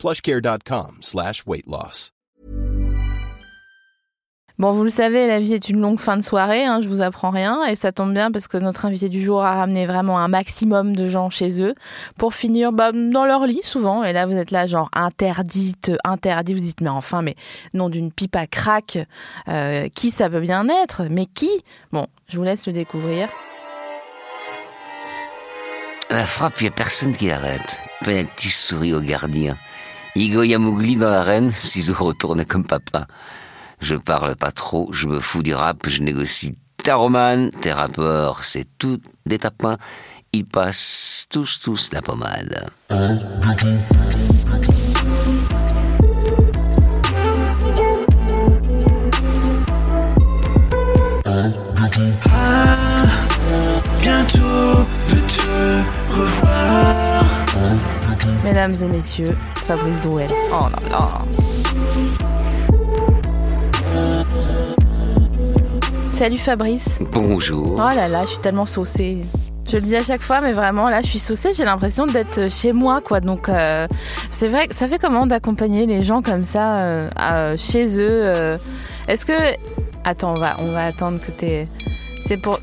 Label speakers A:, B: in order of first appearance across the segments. A: plushcare.com slash weight loss.
B: Bon, vous le savez, la vie est une longue fin de soirée, hein, je vous apprends rien, et ça tombe bien parce que notre invité du jour a ramené vraiment un maximum de gens chez eux pour finir bah, dans leur lit souvent, et là vous êtes là genre interdite, interdite, vous dites mais enfin, mais nom d'une pipe à crack, euh, qui ça peut bien être, mais qui Bon, je vous laisse le découvrir.
C: La frappe, il n'y a personne qui l'arrête. Peine petit souris au gardien. Igo Yamougli dans l'arène, ciseaux retourne comme papa. Je parle pas trop, je me fous du rap, je négocie taroman, tes rappeurs, c'est tout des tapins. Ils passent tous, tous la pommade.
D: Ah, bientôt de te revoir.
B: Mesdames et messieurs, Fabrice Drouel. Oh là là Salut Fabrice.
C: Bonjour.
B: Oh là là, je suis tellement saucée. Je le dis à chaque fois, mais vraiment là, je suis saucée. J'ai l'impression d'être chez moi, quoi. Donc, euh, c'est vrai, que ça fait comment d'accompagner les gens comme ça euh, à- chez eux euh, Est-ce que, attends, on va, on va attendre que t'es. C'est pour,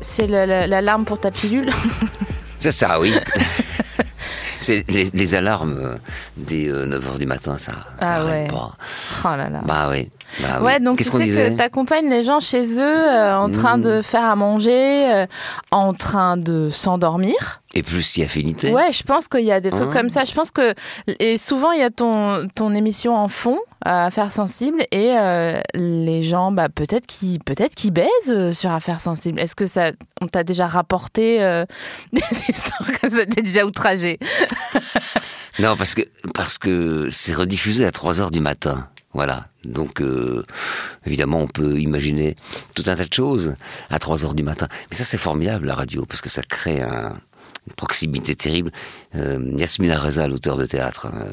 B: c'est le- le- l'alarme pour ta pilule.
C: C'est ça, oui. c'est les, les alarmes euh, dès 9h du matin, ça. ça
B: Ah
C: arrête
B: ouais.
C: pas.
B: Oh là là.
C: Bah oui. Bah, oui.
B: Ouais, donc tu
C: Qu'est-ce qu'on
B: sais
C: disait
B: que t'accompagnes les gens chez eux euh, en train
C: Mm.
B: de faire à manger, euh, en train de s'endormir.
C: Et plus si affinité.
B: Ouais, je pense qu'il y a des trucs
C: Hein
B: comme ça. Je pense que et souvent il y a ton ton émission en fond à Affaires sensibles et euh, les gens bah peut-être qui peut-être qui baisent euh, sur Affaires sensibles. Est-ce que ça on t'a déjà rapporté euh, des histoires comme ça t'es déjà outragé
C: Non, parce que parce que c'est rediffusé à 3 heures du matin. Voilà. Donc, euh, évidemment, on peut imaginer tout un tas de choses à 3 heures du matin. Mais ça, c'est formidable, la radio, parce que ça crée un- une proximité terrible. Euh, Yasmina Reza, l'auteur de théâtre euh,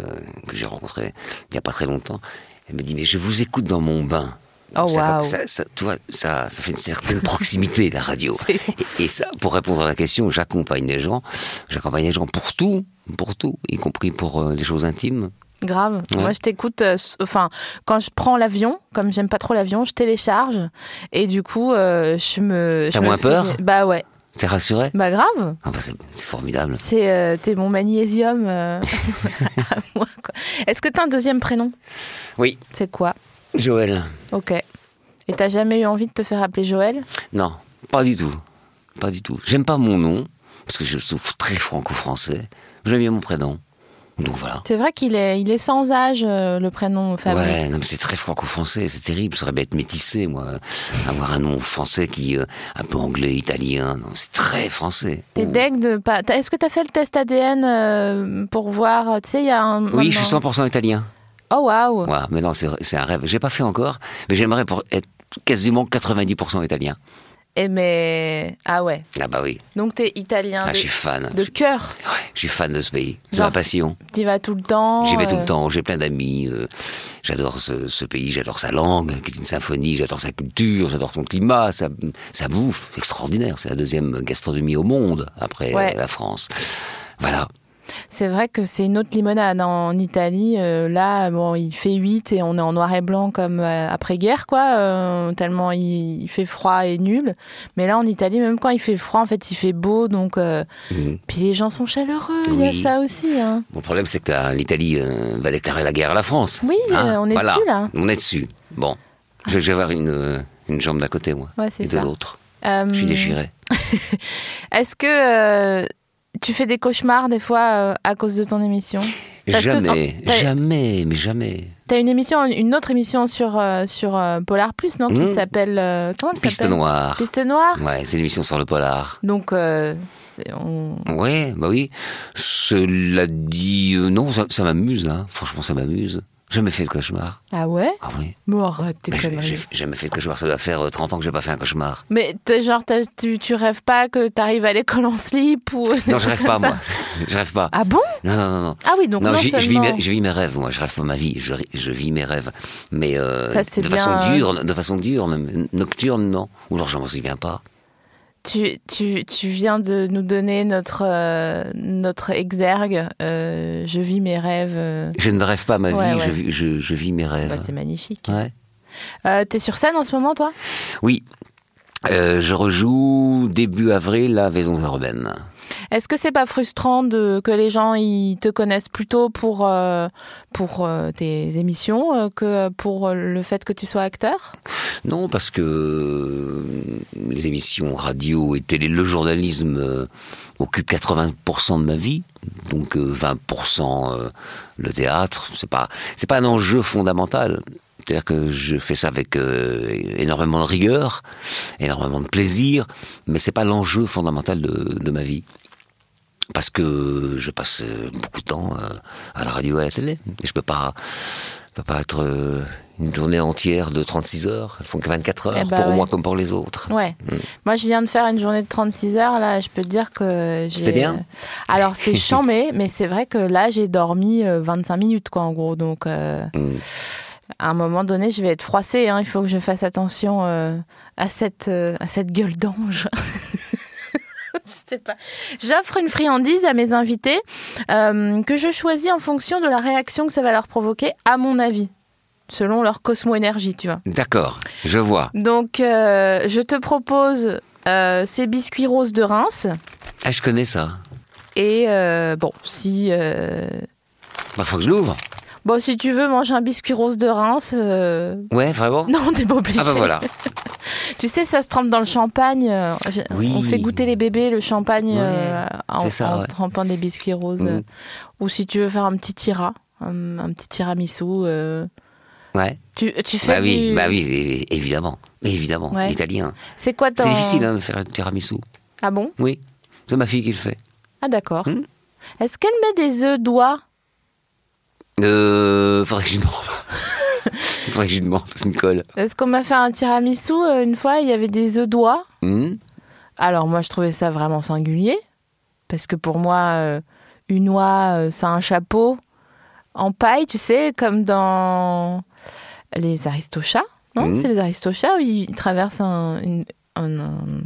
C: que j'ai rencontré il n'y a pas très longtemps, elle me dit, mais je vous écoute dans mon bain.
B: Oh,
C: ça,
B: waouh.
C: ça, ça- tu vois, ça, ça fait une certaine proximité, la radio.
B: C'est
C: Et, et ça, pour répondre à la question, j'accompagne les gens. J'accompagne les gens pour tout, pour tout, y compris pour euh, les choses intimes.
B: Grave.
C: Ouais.
B: Moi, je t'écoute. euh, s- Enfin, quand je prends l'avion, comme j'aime pas trop l'avion, je télécharge et du coup, euh, je me. je
C: T'as
B: me
C: moins
B: fais-
C: peur
B: Bah ouais.
C: T'es rassuré
B: Bah grave.
C: Ah bah, C'est c'est formidable.
B: C'est euh, t'es mon magnésium euh, à moi. quoi. Est-ce que t'as un deuxième prénom
C: Oui,
B: C'est quoi
C: Joël.
B: Ok. Et t'as jamais eu envie de te faire appeler Joël
C: Non, pas du tout. Pas du tout. J'aime pas mon nom, parce que je le trouve très franco-français. J'aime bien mon prénom. Donc voilà.
B: C'est vrai qu'il est il est sans âge euh, le prénom
C: Ouais,
B: Fabrice.
C: non, mais c'est très franco-français, c'est terrible. Ça aurait bien être métissé, moi. Avoir un nom français qui euh, un peu anglais, italien. Non, c'est très français.
B: T'es
C: Oh.
B: deg de pas. t'as- Est-ce que t'as fait le test ADN euh, pour voir Tu sais, il y a un.
C: Oui, je suis
B: maintenant-
C: 100% italien.
B: Oh waouh
C: Voilà, mais non, c'est c'est un rêve. J'ai pas fait encore, mais j'aimerais pour être quasiment 90% italien.
B: Et Eh, mais ah ouais.
C: Ah bah oui,
B: Donc t'es italien
C: ah, je suis
B: de,
C: fan.
B: de cœur.
C: Je, ouais, je suis fan de ce pays. C'est
B: Genre,
C: ma passion.
B: T'y vas tout le temps.
C: J'y vais tout
B: euh,
C: le temps, j'ai plein d'amis. euh, j'adore ce, ce pays, j'adore sa langue, qui est une symphonie, j'adore sa culture, j'adore son climat, sa, sa bouffe. C'est extraordinaire, c'est la deuxième gastronomie au monde, après
B: Ouais.
C: euh, la France. Voilà.
B: C'est vrai que c'est une autre limonade hein. en Italie. euh, là, bon, il fait 8 et on est en noir et blanc comme euh, après-guerre, quoi. euh, tellement il, il fait froid et nul. Mais là, en Italie, même quand il fait froid, en fait, il fait beau. Donc, euh,
C: Mhm.
B: puis les gens sont chaleureux. Il y a
C: Oui.
B: ça aussi. Hein.
C: Mon problème, c'est que la- l'Italie euh, va déclarer la guerre à la France. Hein
B: Oui, euh, on est
C: voilà.
B: dessus, là.
C: On est dessus. Bon, je je vais avoir une, euh, une jambe d'un côté, moi,
B: Ouais, c'est
C: et de
B: ça.
C: l'autre.
B: Euh,
C: Je suis déchiré.
B: Est-ce que euh, tu fais des cauchemars des fois euh, à cause de ton émission Parce que-
C: Jamais,
B: oh, t'as-
C: jamais, mais jamais.
B: T'as une émission, une autre émission sur euh, sur euh, Polar Plus, non Qui
C: Mhm.
B: s'appelle euh, comment elle
C: Piste
B: s'appelle
C: noire.
B: Piste Noire.
C: Ouais, c'est l'émission sur le polar.
B: Donc, euh, c'est- on...
C: Ouais, bah oui. Cela dit, euh, non, ça, ça m'amuse, hein. Franchement, ça m'amuse. Jamais fait de cauchemar.
B: Ah ouais
C: Ah oui.
B: Bon, arrête tes
C: Mais j'ai-
B: conneries.
C: J'ai jamais fait de cauchemar. Ça doit faire euh, 30 ans que j'ai pas fait un cauchemar.
B: Mais t'es genre, t'as- tu, tu rêves pas que t'arrives à l'école en slip ou.
C: Non, je rêve pas,
B: comme ça
C: moi. Je rêve pas.
B: Ah bon
C: Non, non, non, non.
B: Ah oui, donc non,
C: non, je, je vis
B: seulement-
C: mes, je vis mes rêves, moi. Je rêve pas ma vie. Je, ri- je vis mes rêves. Mais euh,
B: Ça, c'est
C: de
B: bien,
C: façon
B: euh,
C: dure, de façon dure, même nocturne, non. Ou alors je m'en souviens pas.
B: Tu, tu, tu viens de nous donner notre, euh, notre exergue. euh, je vis mes rêves. euh.
C: Je ne rêve pas ma
B: Ouais,
C: vie.
B: ouais.
C: Je, vis- je- je vis mes rêves.
B: Bah, c'est magnifique.
C: Ouais.
B: Euh, T'es sur scène en ce moment, toi
C: Oui. Euh, je rejoue début avril à Vaison-Arbennes.
B: Est-ce que c'est pas frustrant de, que les gens ils te connaissent plutôt pour, euh, pour euh, tes émissions euh, que pour euh, le fait que tu sois acteur
C: Non, parce que euh, les émissions radio et télé, le journalisme euh, occupe 80% de ma vie, donc euh, 20% euh, le théâtre. C'est pas, c'est pas un enjeu fondamental. C'est-à-dire que je fais ça avec euh, énormément de rigueur, énormément de plaisir, mais c'est pas l'enjeu fondamental de, de ma vie. Parce que je passe euh, beaucoup de temps euh, à la radio et à la télé. Et je peux pas, je peux pas être euh, une journée entière de 36 heures. Elles font que 24 heures
B: Eh ben
C: pour
B: ouais.
C: moi comme pour les autres.
B: Ouais.
C: Mm.
B: Moi, je viens de faire une journée de 36 heures, là, je peux te dire que j'ai... euh,
C: C'était bien
B: Alors, c'était chambé, mais c'est vrai que là, j'ai dormi euh, 25 minutes, quoi, en gros. Donc, euh,
C: Mm.
B: à un moment donné, je vais être froissée. hein. Il faut que je fasse attention euh, à, cette, euh, à cette gueule d'ange. Je sais pas. J'offre une friandise à mes invités euh, que je choisis en fonction de la réaction que ça va leur provoquer, à mon avis, selon leur cosmo-énergie, tu vois.
C: D'accord, je vois.
B: Donc, euh, je te propose euh, ces biscuits roses de Reims.
C: Ah, je connais ça.
B: Et euh, bon, si, euh,
C: Bah, faut que je l'ouvre.
B: bon, si tu veux manger un biscuit rose de Reims, euh,
C: Ouais, vraiment
B: non, t'es pas obligé.
C: Ah, bah voilà.
B: Tu sais, ça se trempe dans le champagne. euh, j'ai-
C: Oui.
B: On fait goûter les bébés le champagne
C: Ouais,
B: euh, en,
C: c'est ça,
B: en
C: ouais.
B: trempant des biscuits roses.
C: Mm.
B: euh, Ou si tu veux faire un petit tira, un, un petit tiramisu. euh,
C: Ouais.
B: tu, tu fais
C: Bah oui,
B: du-
C: bah oui, é- évidemment. Évidemment,
B: Ouais.
C: italien.
B: C'est quoi ton...
C: C'est difficile hein, de faire un tiramisu.
B: Ah bon
C: Oui, c'est ma fille qui le fait.
B: Ah d'accord.
C: Mm.
B: Est-ce qu'elle met des œufs d'oie
C: Euh, faudrait que je lui demande. faudrait que je lui demande, c'est une colle.
B: Est-ce qu'on m'a fait un tiramisu euh, une fois Il y avait des œufs d'oie.
C: Hmm
B: Alors moi, je trouvais ça vraiment singulier parce que pour moi, euh, une oie, euh, c'est un chapeau en paille, tu sais, comme dans les aristochats. Non,
C: Mhm.
B: c'est les aristochats où ils traversent un, une- un- un-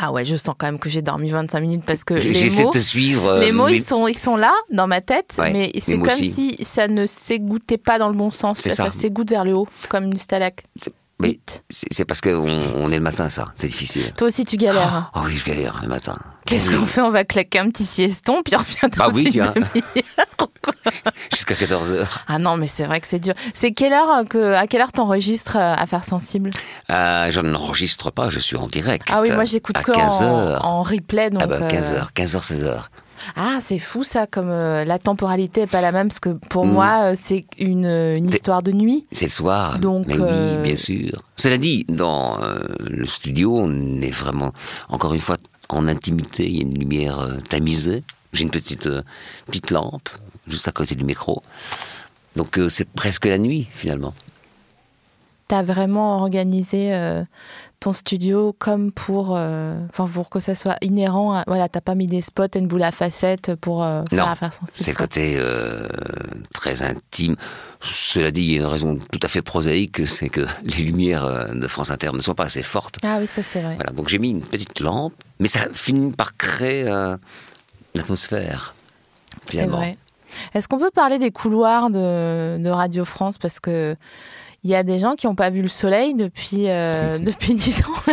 B: Ah ouais, je sens quand même que j'ai dormi 25 minutes parce que
C: J'ai-
B: Euh, les
C: J'essaie
B: mots.
C: de te suivre. euh,
B: les mots,
C: mais-
B: ils sont, ils sont là, dans ma tête,
C: Ouais,
B: mais
C: les
B: c'est
C: mots
B: comme
C: aussi.
B: si ça ne s'égouttait pas dans le bon sens.
C: C'est
B: ça
C: ça.
B: s'égoutte vers le haut, comme une stalactite.
C: mais c'est c'est parce qu'on on est le matin, ça. C'est difficile.
B: Toi aussi, tu galères. hein.
C: Oh oui, je galère le matin.
B: Qu'est-ce qu'on fait On va claquer un petit sieston, puis on revient dans
C: Bah oui,
B: une
C: tiens.
B: demi-heure.
C: Jusqu'à 14h.
B: ah non, mais c'est vrai que c'est dur. C'est quelle heure euh, que, à quelle heure t'enregistres euh, Affaires Sensibles
C: Ah, je n'enregistre pas, je suis en direct.
B: Ah oui, moi j'écoute
C: À
B: que en-
C: 15h.
B: en, replay. Donc,
C: Ah bah
B: euh,
C: 15h, 15h, 16h.
B: Ah, c'est fou ça, comme euh, la temporalité est pas la même, parce que pour
C: Mm.
B: moi, euh, c'est une, une
C: T'es-
B: histoire de nuit.
C: C'est le soir.
B: Donc,
C: mais
B: euh,
C: oui, bien sûr. Cela dit, dans euh, le studio, on est vraiment, encore une fois, en intimité. Il y a une lumière euh, tamisée. J'ai une petite, euh, petite lampe juste à côté du micro. Donc euh, c'est presque la nuit finalement.
B: T'as vraiment organisé euh, ton studio comme pour, euh, enfin pour que ça soit inhérent. À, voilà, t'as pas mis des spots and boule à facettes pour euh, faire
C: Non,
B: Affaires Sensibles.
C: C'est le
B: quoi.
C: côté euh, très intime. Cela dit, il y a une raison tout à fait prosaïque, c'est que les lumières euh, de France Inter ne sont pas assez fortes.
B: Ah oui, ça c'est vrai.
C: Voilà, donc j'ai mis une petite lampe, mais ça finit par créer euh, une atmosphère.
B: C'est
C: finalement.
B: vrai. Est-ce qu'on peut parler des couloirs de, de Radio France Parce que il y a des gens qui n'ont pas vu le soleil depuis, euh, depuis 10 ans.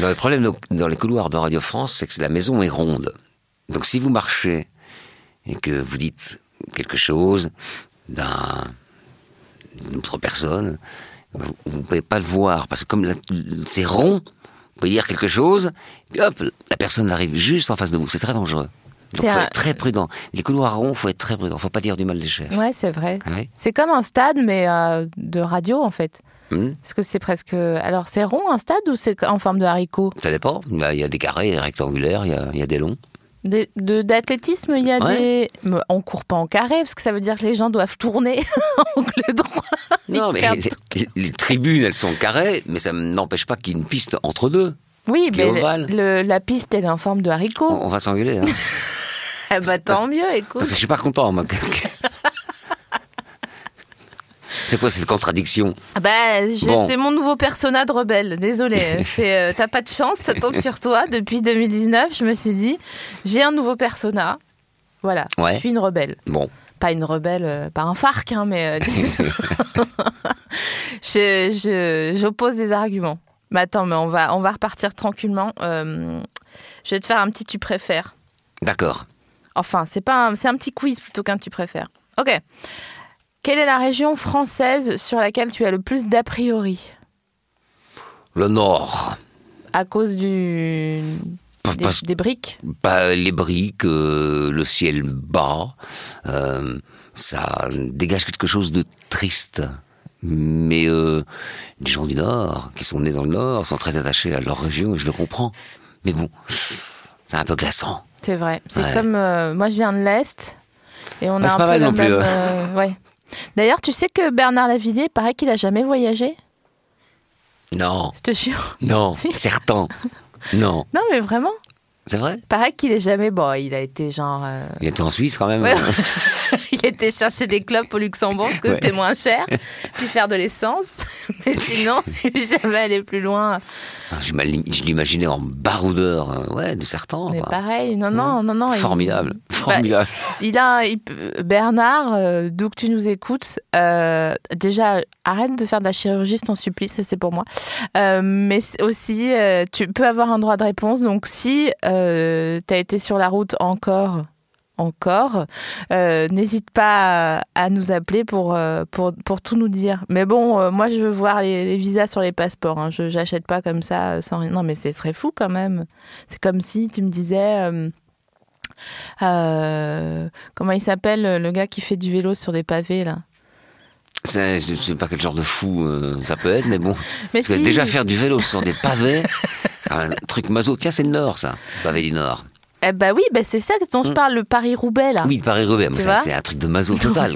C: Non, le problème donc, dans les couloirs de Radio France, c'est que la maison est ronde. Donc si vous marchez et que vous dites quelque chose d'un- d'une autre personne, vous ne pouvez pas le voir parce que comme la- c'est rond, vous pouvez dire quelque chose, puis hop, la personne arrive juste en face de vous. C'est très dangereux. Donc
B: C'est
C: faut
B: un-
C: être très prudent. Les couloirs ronds, faut être très prudent. Faut pas dire du mal des chefs.
B: ouais, c'est vrai.
C: Ah ouais
B: C'est comme un stade, mais euh, de radio en fait.
C: Hmm
B: Parce que c'est presque. Alors, c'est rond un stade ou c'est en forme de haricot
C: Bah, Ça dépend. Il y a- il y a des carrés rectangulaires, il y a, il y a des longs.
B: Des- de- D'athlétisme, il y a
C: Ouais.
B: des. Mais on court pas en carré, parce que ça veut dire que les gens doivent tourner en angle droit.
C: Non, mais
B: Ils perdent
C: les, les tribunes, elles sont carrées, mais ça n'empêche pas qu'il y ait une piste entre deux.
B: Oui,
C: Qui est
B: mais
C: ovale.
B: le- la piste, elle est en forme de
C: On,
B: haricot.
C: on va s'engueuler. hein.
B: Eh bah,
C: parce- parce-
B: tant mieux, écoute.
C: Parce que je suis pas content, moi. C'est quoi cette contradiction
B: Ah Bah, j'ai-
C: Bon.
B: c'est mon nouveau persona de rebelle. Désolée, c'est euh, t'as pas de chance, ça tombe sur toi. Depuis 2019, je me suis dit, j'ai un nouveau persona. Voilà,
C: Ouais.
B: je suis une rebelle.
C: Bon,
B: Pas une rebelle, euh, pas un farc, hein, mais euh, disons. Je- je- J'oppose des arguments. Mais attends, mais on va, on va repartir tranquillement. Euh, je vais te faire un petit tu préfères.
C: d'accord.
B: Enfin, c'est pas, un- c'est un petit quiz plutôt qu'un tu préfères. Ok. Quelle est la région française sur laquelle tu as le plus d'a priori
C: Le Nord,
B: À cause du...
C: Pa-
B: des,
C: parce-
B: des briques
C: bah, les briques, euh, le ciel bas, euh, ça dégage quelque chose de triste. Mais euh, les gens du Nord, qui sont nés dans le Nord, sont très attachés à leur région, et je le comprends. Mais bon, c'est un peu glaçant.
B: C'est vrai. C'est
C: Ouais.
B: comme. euh, moi, je viens de l'Est. Et on
C: Ouais,
B: a
C: c'est
B: un
C: pas
B: peu
C: mal
B: la
C: non plus,
B: même,
C: euh.
B: euh, ouais. D'ailleurs, tu sais que Bernard Lavillier, paraît qu'il a jamais voyagé
C: Non,
B: Je te jure.
C: non,
B: Si.
C: certain. Non,
B: Non, mais vraiment
C: c'est vrai
B: Paraît qu'il est jamais. Bon, il a été genre. euh,
C: Il était en Suisse quand même.
B: Ouais.
C: hein.
B: il était chercher des clopes au Luxembourg parce que
C: Ouais.
B: c'était moins cher, puis faire de l'essence. Mais sinon, il est jamais allé plus loin.
C: Ah, j'ai mal- Je l'imaginais en baroudeur, euh, ouais, de certains.
B: Mais
C: quoi.
B: pareil, non, non, non, non. il-
C: Formidable, formidable.
B: Il a, il- Bernard, euh, d'où que tu nous écoutes, euh, déjà arrête de faire de la chirurgie, je t'en supplie, ça c'est pour moi. Euh, mais c'est aussi, euh, tu peux avoir un droit de réponse. Donc si euh, t'as été sur la route encore, encore, euh, n'hésite pas à, à nous appeler pour, euh, pour pour tout nous dire. Mais bon, euh, moi je veux voir les, les visas sur les passeports. hein. Je j'achète pas comme ça euh, sans rien. Non mais ce serait fou quand même. C'est comme si tu me disais. euh, euh, comment il s'appelle euh, le gars qui fait du vélo sur des pavés là
C: Ça, je ne sais pas quel genre de fou euh, ça peut être, mais bon.
B: Mais
C: Parce que
B: si,
C: déjà faire du vélo sur des pavés, c'est quand même un truc maso. Tiens, c'est le Nord, ça. Pavé du Nord.
B: eh bah oui, bah c'est ça dont je
C: Mm.
B: parle, le Paris Roubaix là.
C: Oui, de Paris-Roubaix, mais
B: Ah. Tu
C: ça,
B: vois
C: c'est un truc de maso total.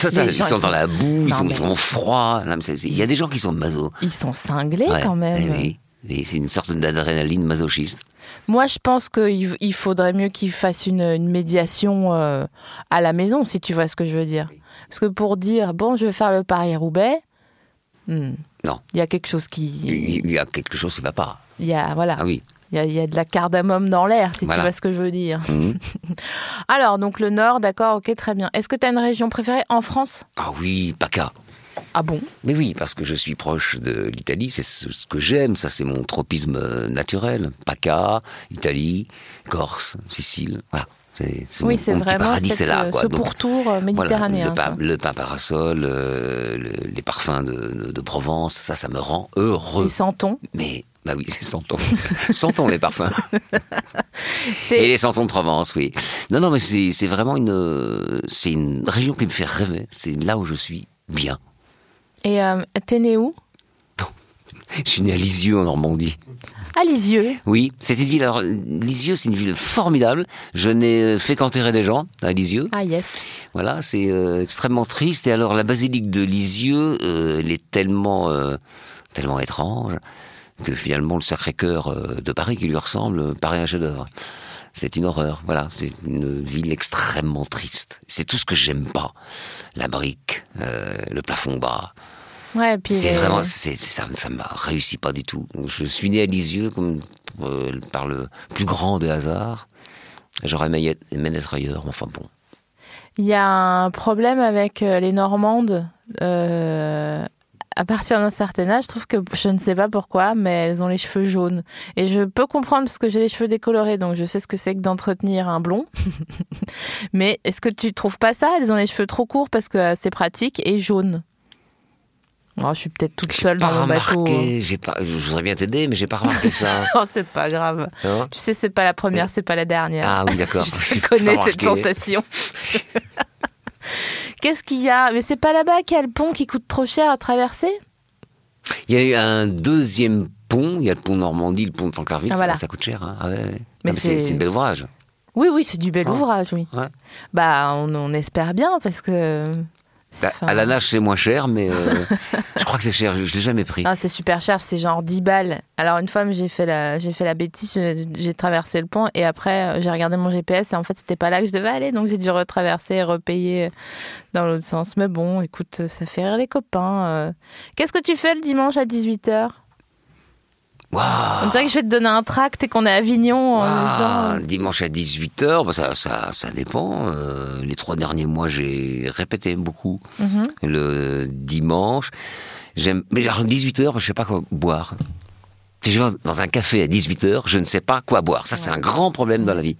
C: total.
B: Les
C: Ils
B: gens,
C: sont
B: ils
C: dans
B: sont-
C: la boue, ils
B: Non,
C: sont, ils
B: mais-
C: sont froids. Non, mais c'est- Il y a des gens qui sont maso.
B: Ils sont cinglés
C: Ouais.
B: quand même.
C: Eh Oui, Oui, c'est une sorte d'adrénaline masochiste.
B: Moi, je pense qu'il il faudrait mieux qu'ils fassent une, une médiation euh, à la maison, si tu vois ce que je veux dire. Parce que pour dire bon, je vais faire le Paris Roubaix, hmm,
C: Non.
B: il y a quelque chose qui,
C: Il il y a quelque chose qui ne va pas.
B: il y a voilà,
C: Ah oui.
B: il y a, il y a de la cardamome dans l'air, si
C: Voilà.
B: tu vois ce que je veux dire.
C: Mhm.
B: Alors donc le Nord, d'accord, ok, très bien. Est-ce que tu as une région préférée en France
C: Ah oui, PACA.
B: Ah bon
C: Mais oui, parce que je suis proche de l'Italie, c'est ce ce que j'aime, ça c'est mon tropisme euh, naturel. PACA, Italie, Corse, Sicile, voilà. C'est c'est
B: Oui,
C: mon-
B: c'est
C: mon petit
B: vraiment
C: paradis,
B: cette,
C: c'est là,
B: euh,
C: quoi.
B: ce
C: Donc,
B: pourtour euh,
C: voilà,
B: méditerranéen.
C: le, pa-
B: quoi.
C: le pain parasol, euh, le- les parfums de, de- de Provence, ça, ça me rend heureux.
B: Les santons.
C: Mais, bah oui, c'est Santon. Santon, les parfums. Et
B: C'est
C: les Santons de Provence, oui. Non, non, mais c'est c'est vraiment une, euh, c'est une région qui me fait rêver. C'est là où je suis bien.
B: et euh, t'es né où
C: Je suis né à Lisieux, en Normandie.
B: À Lisieux.
C: Oui, c'est une ville. Alors, Lisieux, c'est une ville formidable. Je n'ai fait qu'enterrer des gens à Lisieux.
B: Ah yes.
C: Voilà, c'est euh, extrêmement triste. Et alors, la basilique de Lisieux, euh, elle est tellement, euh, tellement étrange que finalement, le Sacré-Cœur euh, de Paris, qui lui ressemble, euh, paraît un chef-d'œuvre. C'est une horreur. Voilà, c'est une ville extrêmement triste. C'est tout ce que j'aime pas. La brique, euh, le plafond bas,
B: Ouais, et puis euh,
C: c'est
B: les-
C: vraiment, c'est- ça ça ne m'a réussi pas du tout. Je suis né à Lisieux comme, euh, par le plus grand des hasards. J'aurais aimé y être- aimé être ailleurs, mais enfin bon.
B: Il y a un problème avec euh, les Normandes. euh, à partir d'un certain âge, je trouve que je ne sais pas pourquoi, mais elles ont les cheveux jaunes. Et je peux comprendre parce que j'ai les cheveux décolorés, donc je sais ce que c'est que d'entretenir un blond. mais est-ce que tu trouves pas ça Elles ont les cheveux trop courts parce que euh, c'est pratique et jaunes. Oh, je suis peut-être toute
C: J'ai
B: seule dans
C: pas
B: mon bateau. hein.
C: remarqué, j'ai pas, je voudrais bien t'aider, mais j'ai pas remarqué ça.
B: Oh, c'est pas grave.
C: Hein
B: Tu sais, c'est pas la première, c'est pas la dernière.
C: ah oui, d'accord.
B: Je
C: J'ai pas
B: connais
C: remarqué.
B: cette sensation. Qu'est-ce qu'il y a Mais c'est pas là-bas qu'il y a le pont qui coûte trop cher à traverser
C: Il y a eu un deuxième pont, il y a le pont Normandie, le pont de Tancarville,
B: Ah,
C: ça-
B: voilà.
C: ça, coûte cher. hein. Ah ouais, ouais.
B: Mais
C: Ah, mais c'est
B: c'est-
C: c'est une belle ouvrage.
B: Oui, oui, c'est du bel
C: Ouais.
B: ouvrage, oui.
C: Ah. Ouais.
B: Bah, on, on espère bien parce que. c'est-
C: Bah,
B: enfin,
C: à la nage, c'est moins cher, mais euh, je crois que c'est cher. Je, je l'ai jamais pris.
B: non, Ah, c'est super cher, c'est genre 10 balles. Alors, une fois, j'ai fait, la, j'ai fait la bêtise, j'ai- j'ai traversé le pont et après, euh, j'ai regardé mon GPS et en fait, c'était pas là que je devais aller. Donc, j'ai dû retraverser et repayer dans l'autre sens. Mais bon, écoute, ça fait rire les copains. euh. Qu'est-ce que tu fais le dimanche à 18h
C: Waouh
B: On dirait que je vais te donner un tract et qu'on est à Avignon euh, en
C: Waouh
B: disant.
C: Dimanche à 18h, ça, ça, ça dépend. Euh, les trois derniers mois, j'ai répété beaucoup
B: Mhm.
C: le dimanche. J'aime, mais alors 18h, je sais pas quoi boire. Si je vais dans un café à 18h, je ne sais pas quoi boire. Ça, c'est un grand problème dans la vie.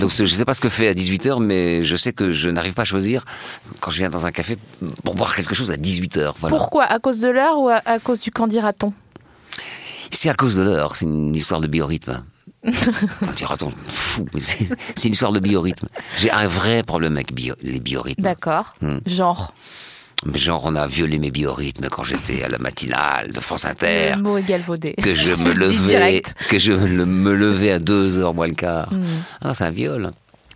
C: Donc, ce- je ne sais pas ce que fait à 18h, mais je sais que je n'arrive pas à choisir quand je viens dans un café pour boire quelque chose à 18h. Voilà.
B: Pourquoi À cause de l'heure ou à, à cause du candidaton
C: C'est à cause de l'heure, c'est une histoire de biorhythme. On dira, attends, fou, mais c'est c'est une histoire de biorhythme. J'ai un vrai problème avec bio- les biorhythmes.
B: D'accord.
C: Hmm.
B: Genre.
C: Genre, on a violé mes biorhythmes quand j'étais à la matinale de France Inter.
B: Le mot est galvaudé.
C: que je me
B: Mm. le dis
C: levais,
B: direct. Mm.
C: que je le- me levais à 2h moins le quart. Ah non, c'est un viol.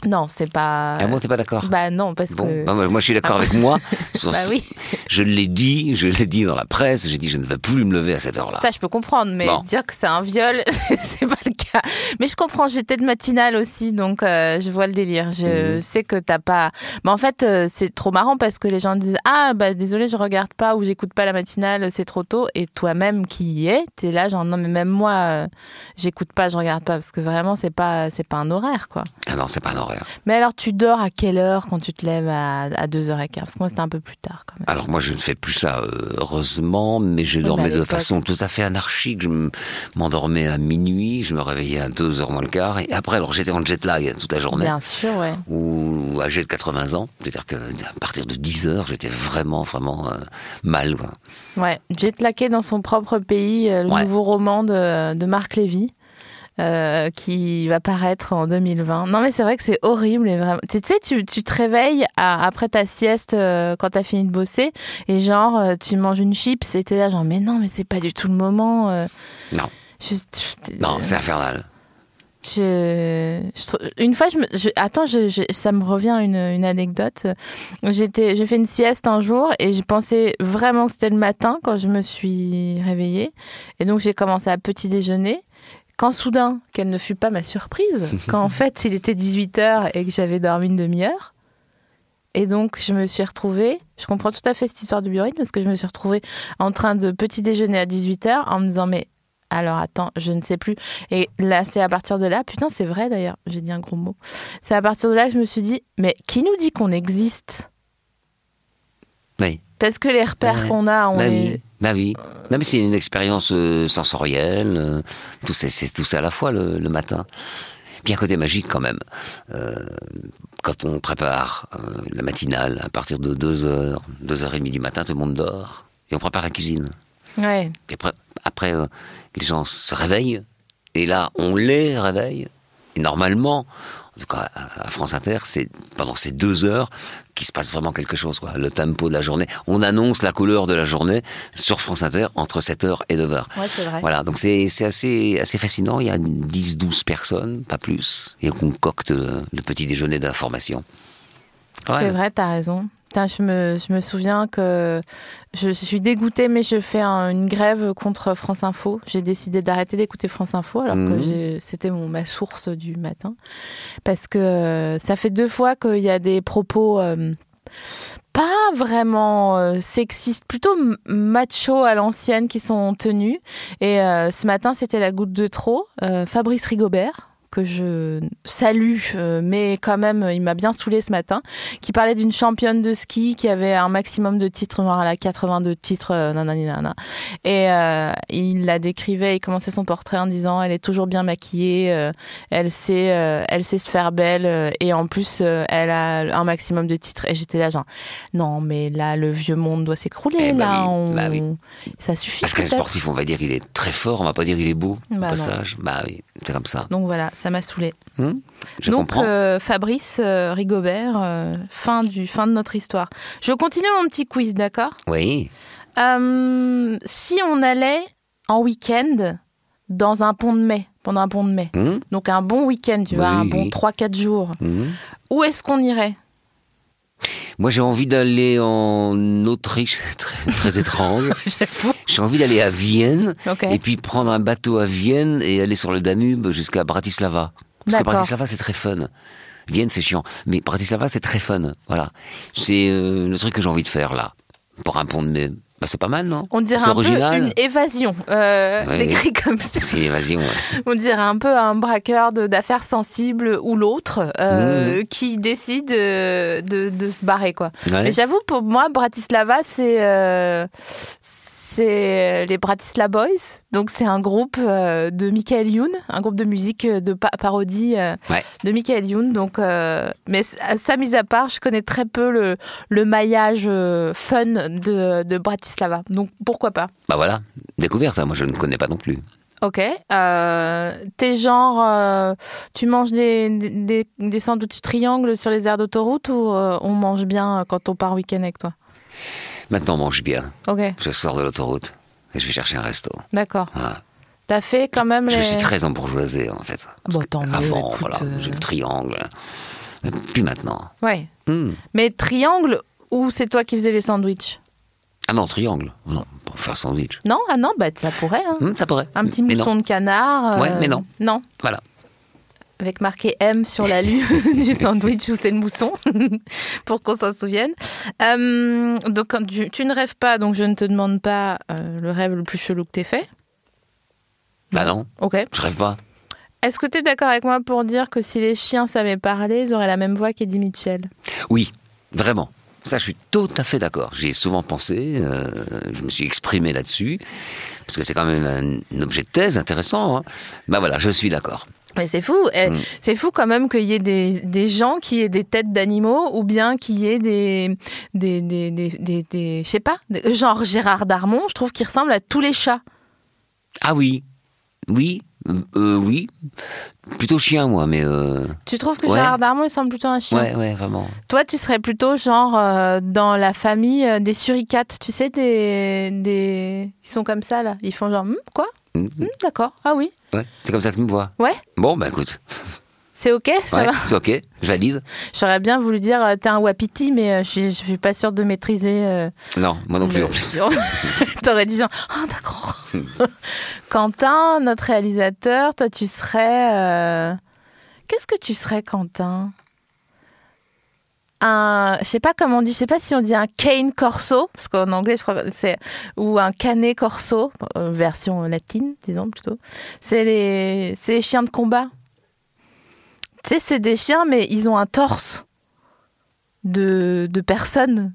B: Non, c'est pas.
C: Ah bon, t'es pas d'accord
B: Bah non, parce
C: Bon,
B: que. Ah.
C: bah, moi, moi, je suis d'accord avec moi. Sur-
B: Bah oui.
C: Je l'ai dit, je l'ai dit dans la presse, j'ai dit je ne vais plus me lever à cette heure-là.
B: Ça, je peux comprendre, mais
C: Bon.
B: dire que c'est un viol, c'est pas le cas. Mais je comprends, j'étais de matinale aussi, donc euh, je vois le délire. Je sais que t'as pas. Mais en fait, euh, c'est trop marrant parce que les gens disent Ah, bah désolé, je regarde pas ou j'écoute pas la matinale, c'est trop tôt. Et toi-même qui y es, t'es là, genre non, mais même moi, euh, j'écoute pas, je regarde pas, parce que vraiment, c'est pas, c'est pas un horaire, quoi.
C: Ah non, c'est pas un horaire.
B: Mais alors, tu dors à quelle heure quand tu te lèves à, à 2h15 Parce que moi, c'était un peu plus tard quand même.
C: Alors moi, je ne fais plus ça, euh, heureusement, mais je
B: mais à
C: dormais de
B: l'époque.
C: façon tout à fait anarchique. Je m- m'endormais à minuit, je me réveillais à 2h moins le quart, et après, alors j'étais en jet lag toute la journée.
B: Bien sûr, ouais.
C: ou âgé de 80 ans, c'est-à-dire que à partir de 10 heures, j'étais vraiment vraiment euh, mal. quoi.
B: Ouais, Jet laqué dans son propre pays, euh, le
C: Ouais.
B: nouveau roman de, de Marc Lévy. euh, qui va paraître en 2020. Non mais c'est vrai que c'est horrible et vraiment. Tu tu sais, tu, tu te réveilles à- après ta sieste euh, quand t'as fini de bosser et genre euh, tu manges une chips et t'es là genre mais non mais c'est pas du tout le moment. euh,
C: Non.
B: je- je-
C: Non, c'est infernal.
B: je, je trou- une fois, je me, je- attends, je, je- ça me revient une, une anecdote. J'étais, j'ai fait une sieste un jour et je pensais vraiment que c'était le matin quand je me suis réveillée. Et donc j'ai commencé à petit déjeuner. Quand soudain, quelle ne fut pas ma surprise, quand en fait il était 18h et que j'avais dormi une demi-heure. Et donc je me suis retrouvée, je comprends tout à fait cette histoire du biorhythme parce que je me suis retrouvée en train de petit déjeuner à 18h en me disant mais alors attends, je ne sais plus. Et là, c'est à partir de là, putain, c'est vrai d'ailleurs, j'ai dit un gros mot. C'est à partir de là que je me suis dit, mais qui nous dit qu'on existe
C: Oui,
B: Parce que les repères
C: Ouais. Bah
B: qu'on a, on est.
C: ma
B: Euh,
C: vie, ma vie. Non, mais c'est une expérience euh, sensorielle. euh, tout ça, c'est tout ça à la fois le, le matin. Puis un côté magique quand même. Euh, quand on prépare euh, la matinale à partir de 2 heures, 2 heures et demie du matin, tout le monde dort et on prépare la cuisine.
B: Ouais.
C: Et après, après, euh, les gens se réveillent, et là, on les réveille. Et normalement, en tout cas à à France Inter, c'est pendant ces deux heures qu'il se passe vraiment quelque chose. Quoi. Le tempo de la journée, on annonce la couleur de la journée sur France Inter entre 7h et 9h.
B: Ouais, c'est vrai.
C: Voilà, donc c'est c'est assez, assez fascinant. Il y a 10-12 personnes, pas plus, et on concocte euh, le petit déjeuner d'information.
B: C'est vrai, t'as raison. Putain, je, me, je me souviens que je, je suis dégoûtée, mais je fais un- une grève contre France Info. J'ai décidé d'arrêter d'écouter France Info, alors que
C: Mhm.
B: j'ai- c'était mon, ma source du matin. Parce que euh, ça fait deux fois qu'il y a des propos euh, pas vraiment euh, sexistes, plutôt m- macho à l'ancienne qui sont tenus. Et euh, ce matin, c'était la goutte de trop. Euh, Fabrice Rigobert que je salue, euh, mais quand même, il m'a bien saoulé ce matin qui parlait d'une championne de ski qui avait un maximum de titres, genre elle a 82 titres, euh, nanani nanana. Et euh, il la décrivait, il commençait son portrait en disant elle est toujours bien maquillée, euh, elle sait, euh, elle sait se faire belle euh, et en plus euh, elle a un maximum de titres. Et j'étais là genre non mais là le vieux monde doit s'écrouler
C: Eh ben
B: là,
C: oui,
B: on-
C: bah oui.
B: ça suffit.
C: Parce qu'un
B: peut-être.
C: sportif, on va dire, il est très fort, on va pas dire il est beau, au
B: Bah non.
C: passage. Bah oui, c'est comme ça.
B: Donc voilà, ça m'a saoulé.
C: Hum, je
B: Donc
C: comprends.
B: euh, Fabrice euh, Rigobert, euh, fin du fin de notre histoire. Je continue mon petit quiz, d'accord
C: Oui.
B: Euh, si on allait en week-end dans un pont de mai, pendant un bon de mai.
C: Hum
B: Donc un bon week-end, tu vois,
C: Oui,
B: un bon
C: oui.
B: 3-4 jours.
C: hum.
B: Où est-ce qu'on irait
C: Moi, j'ai envie d'aller en Autriche, très, très étrange.
B: J'avoue.
C: J'ai envie d'aller à Vienne
B: Ok.
C: et puis prendre un bateau à Vienne et aller sur le Danube jusqu'à Bratislava. Parce que
B: D'accord.
C: Bratislava, c'est très fun. Vienne, c'est chiant. Mais Bratislava, c'est très fun. Voilà. C'est euh, le truc que j'ai envie de faire là. Pour un pont de mai. Bah, c'est pas mal, non
B: On dirait
C: C'est
B: un
C: original.
B: peu une évasion, euh,
C: Ouais.
B: décrit comme ça.
C: C'est l'évasion. ouais.
B: On dirait un peu un braqueur de- d'affaires sensibles ou l'autre euh,
C: Mmh.
B: qui décide euh, de, de se barrer, quoi.
C: Ouais.
B: Et J'avoue, pour moi, Bratislava, c'est euh, c'est les Bratislava Boys. Donc, c'est un groupe euh, de Michael Youn, un groupe de musique euh, de pa- parodie euh,
C: Ouais.
B: de Michael Youn. Donc, euh, mais c- ça, mis à part, je connais très peu le, le maillage euh, fun de, de Bratislava. Donc, pourquoi pas
C: Bah voilà. Découverte, hein. moi je ne connais pas non plus.
B: Ok. Euh, T'es genre, euh, tu manges des, des, des sandwichs triangles sur les aires d'autoroute ou euh, on mange bien quand on part week-end avec toi
C: Maintenant, on mange bien.
B: Ok,
C: Je sors de l'autoroute et je vais chercher un resto.
B: d'accord.
C: Voilà.
B: T'as fait quand même
C: Je
B: les...
C: me suis très embourgeoisé en fait. Parce
B: Bon,
C: que
B: tant mieux,
C: avant,
B: écoute,
C: voilà,
B: euh.
C: j'ai le triangle. Mais Puis maintenant.
B: Ouais.
C: Hmm.
B: Mais triangle ou c'est toi qui faisais les sandwichs
C: Ah non, triangle. Non, pour faire sandwich.
B: Non, ah non, bah ça pourrait. hein.
C: Hmm, ça pourrait.
B: Un petit
C: Mais
B: mousson
C: non.
B: de canard. euh,
C: Ouais, mais non.
B: Non,
C: Voilà.
B: avec marqué M sur la lue du sandwich où c'est le mousson, pour qu'on s'en souvienne. Euh, donc quand tu, tu ne rêves pas, donc je ne te demande pas euh, le rêve le plus chelou que t'aies fait.
C: Bah non,
B: Ok.
C: je rêve pas.
B: Est-ce que t'es d'accord avec moi pour dire que si les chiens savaient parler, ils auraient la même voix qu'Eddie Mitchell
C: Oui, vraiment. Ça, je suis tout à fait d'accord. J'y ai souvent pensé, euh, je me suis exprimé là-dessus, parce que c'est quand même un objet de thèse intéressant. hein. Bah voilà, je suis d'accord.
B: Mais c'est fou, eh,
C: Mm.
B: c'est fou quand même qu'il y ait des, des gens qui aient des têtes d'animaux ou bien qu'il y ait des, des, des, des, des- des- je sais pas, des- genre Gérard Darmon, je trouve qu'il ressemble à tous les chats.
C: Ah oui, oui, euh, euh, oui. Plutôt chien, moi, mais... euh,
B: Tu trouves que
C: Ouais.
B: Gérard Darmon, il semble plutôt un chien
C: Ouais, ouais, vraiment.
B: Toi, tu serais plutôt genre euh, dans la famille euh, des suricates, tu sais, des, des... Ils sont comme ça, là. Ils font genre, Hum, quoi
C: Hmm,
B: Hum, D'accord, ah oui,
C: Ouais, c'est comme ça que tu me vois.
B: ouais
C: Bon, bah écoute,
B: c'est ok, ça
C: ouais,
B: va.
C: c'est ok, je valide.
B: J'aurais bien voulu dire, euh, t'es un wapiti, mais euh, je suis- je suis pas sûre de maîtriser euh,
C: Non, moi non plus. en
B: Le-
C: plus.
B: T'aurais dit genre, ah d'accord. Quentin, notre réalisateur, toi tu serais... euh, Qu'est-ce que tu serais Quentin un, je sais pas comment on dit, je sais pas si on dit un cane corso, parce qu'en anglais je crois que c'est, ou un canet corso, euh, version latine, disons plutôt. C'est les, c'est les chiens de combat. Tu sais, c'est des chiens, mais ils ont un torse de, de personne.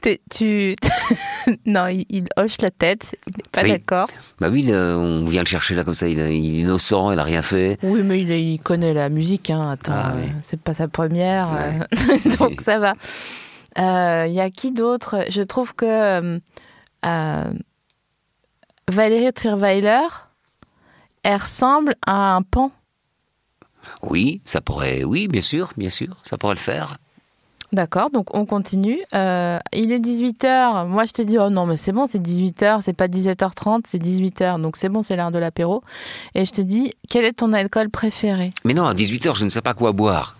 B: T'es- tu... non, il, il hoche la tête, il n'est pas
C: Oui.
B: d'accord.
C: Bah oui, le- on vient le chercher là comme ça, il, est- il est innocent, il n'a rien fait.
B: Oui, mais il, il connaît la musique, hein. attends,
C: Ah,
B: euh,
C: oui.
B: c'est pas sa première,
C: Ouais.
B: euh, donc ça va. Il y a qui d'autre Je trouve que euh, euh, Valérie Trierweiler, elle ressemble à un pan.
C: Oui, ça pourrait, oui, bien sûr, bien sûr, ça pourrait le faire.
B: D'accord, donc on continue. Euh, il est 18h. Moi, je te dis, oh non, mais c'est bon, c'est 18h, c'est pas 17h30, c'est 18h. Donc c'est bon, c'est l'heure de l'apéro. Et je te dis, quel est ton alcool préféré
C: Mais non, à 18h, je ne sais pas quoi boire.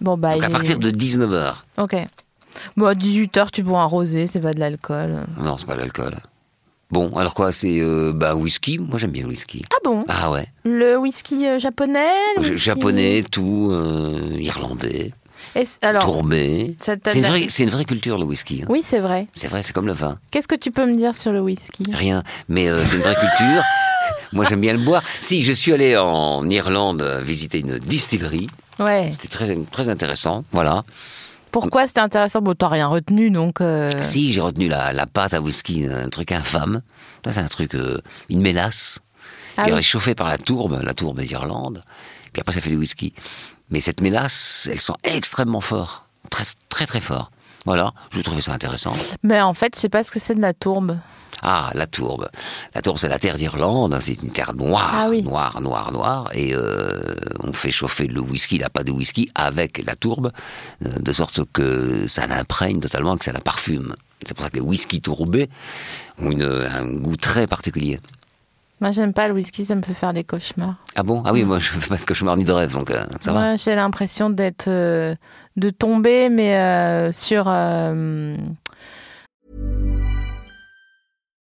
B: Bon, bah,
C: Donc à
B: il est-
C: partir de 19h.
B: Ok. Bon, à 18h, tu bois un rosé, c'est pas de l'alcool.
C: Non, c'est pas l'alcool. Bon, alors quoi, c'est euh, bah, whisky Moi j'aime bien le whisky.
B: Ah bon
C: Ah ouais,
B: Le whisky euh, japonais le
C: J-
B: whisky-
C: japonais, tout, euh, irlandais,
B: Est-ce- Alors,
C: tourbé.
B: ça t'a-
C: C'est une, vraie- c'est une vraie culture le whisky. hein.
B: Oui, c'est vrai.
C: C'est vrai, c'est comme le vin.
B: Qu'est-ce que tu peux me dire sur le whisky
C: Rien, mais euh, c'est une vraie culture. Moi j'aime bien le boire. Si, je suis allé en Irlande euh, visiter une distillerie.
B: Ouais.
C: C'était très, très intéressant, voilà.
B: Pourquoi c'était intéressant Bon, t'as rien retenu, donc... euh,
C: Si, j'ai retenu la, la pâte à whisky, un truc infâme. Là, c'est un truc, euh, une mélasse,
B: Ah
C: qui est
B: oui.
C: réchauffée par la tourbe, la tourbe d'Irlande. Puis après, ça fait du whisky. Mais cette mélasse, elles sont extrêmement fortes. Très, très, très fort. Voilà, je trouvais ça intéressant.
B: Mais en fait, je sais pas ce que c'est de la tourbe.
C: Ah, la tourbe. La tourbe, c'est la terre d'Irlande. hein, C'est une terre noire,
B: Ah oui.
C: noire, noire, noire. Et euh, on fait chauffer le whisky, la pâte de whisky, avec la tourbe, euh, de sorte que ça l'imprègne totalement, que ça la parfume. C'est pour ça que les whiskies tourbés ont une- un goût très particulier.
B: Moi, j'aime pas le whisky, ça me fait faire des cauchemars.
C: Ah bon Ah
B: Mm.
C: oui, moi je fais pas de cauchemar ni de rêve, donc euh, ça va.
B: Moi, j'ai l'impression d'être. euh, de tomber, mais euh, sur. euh,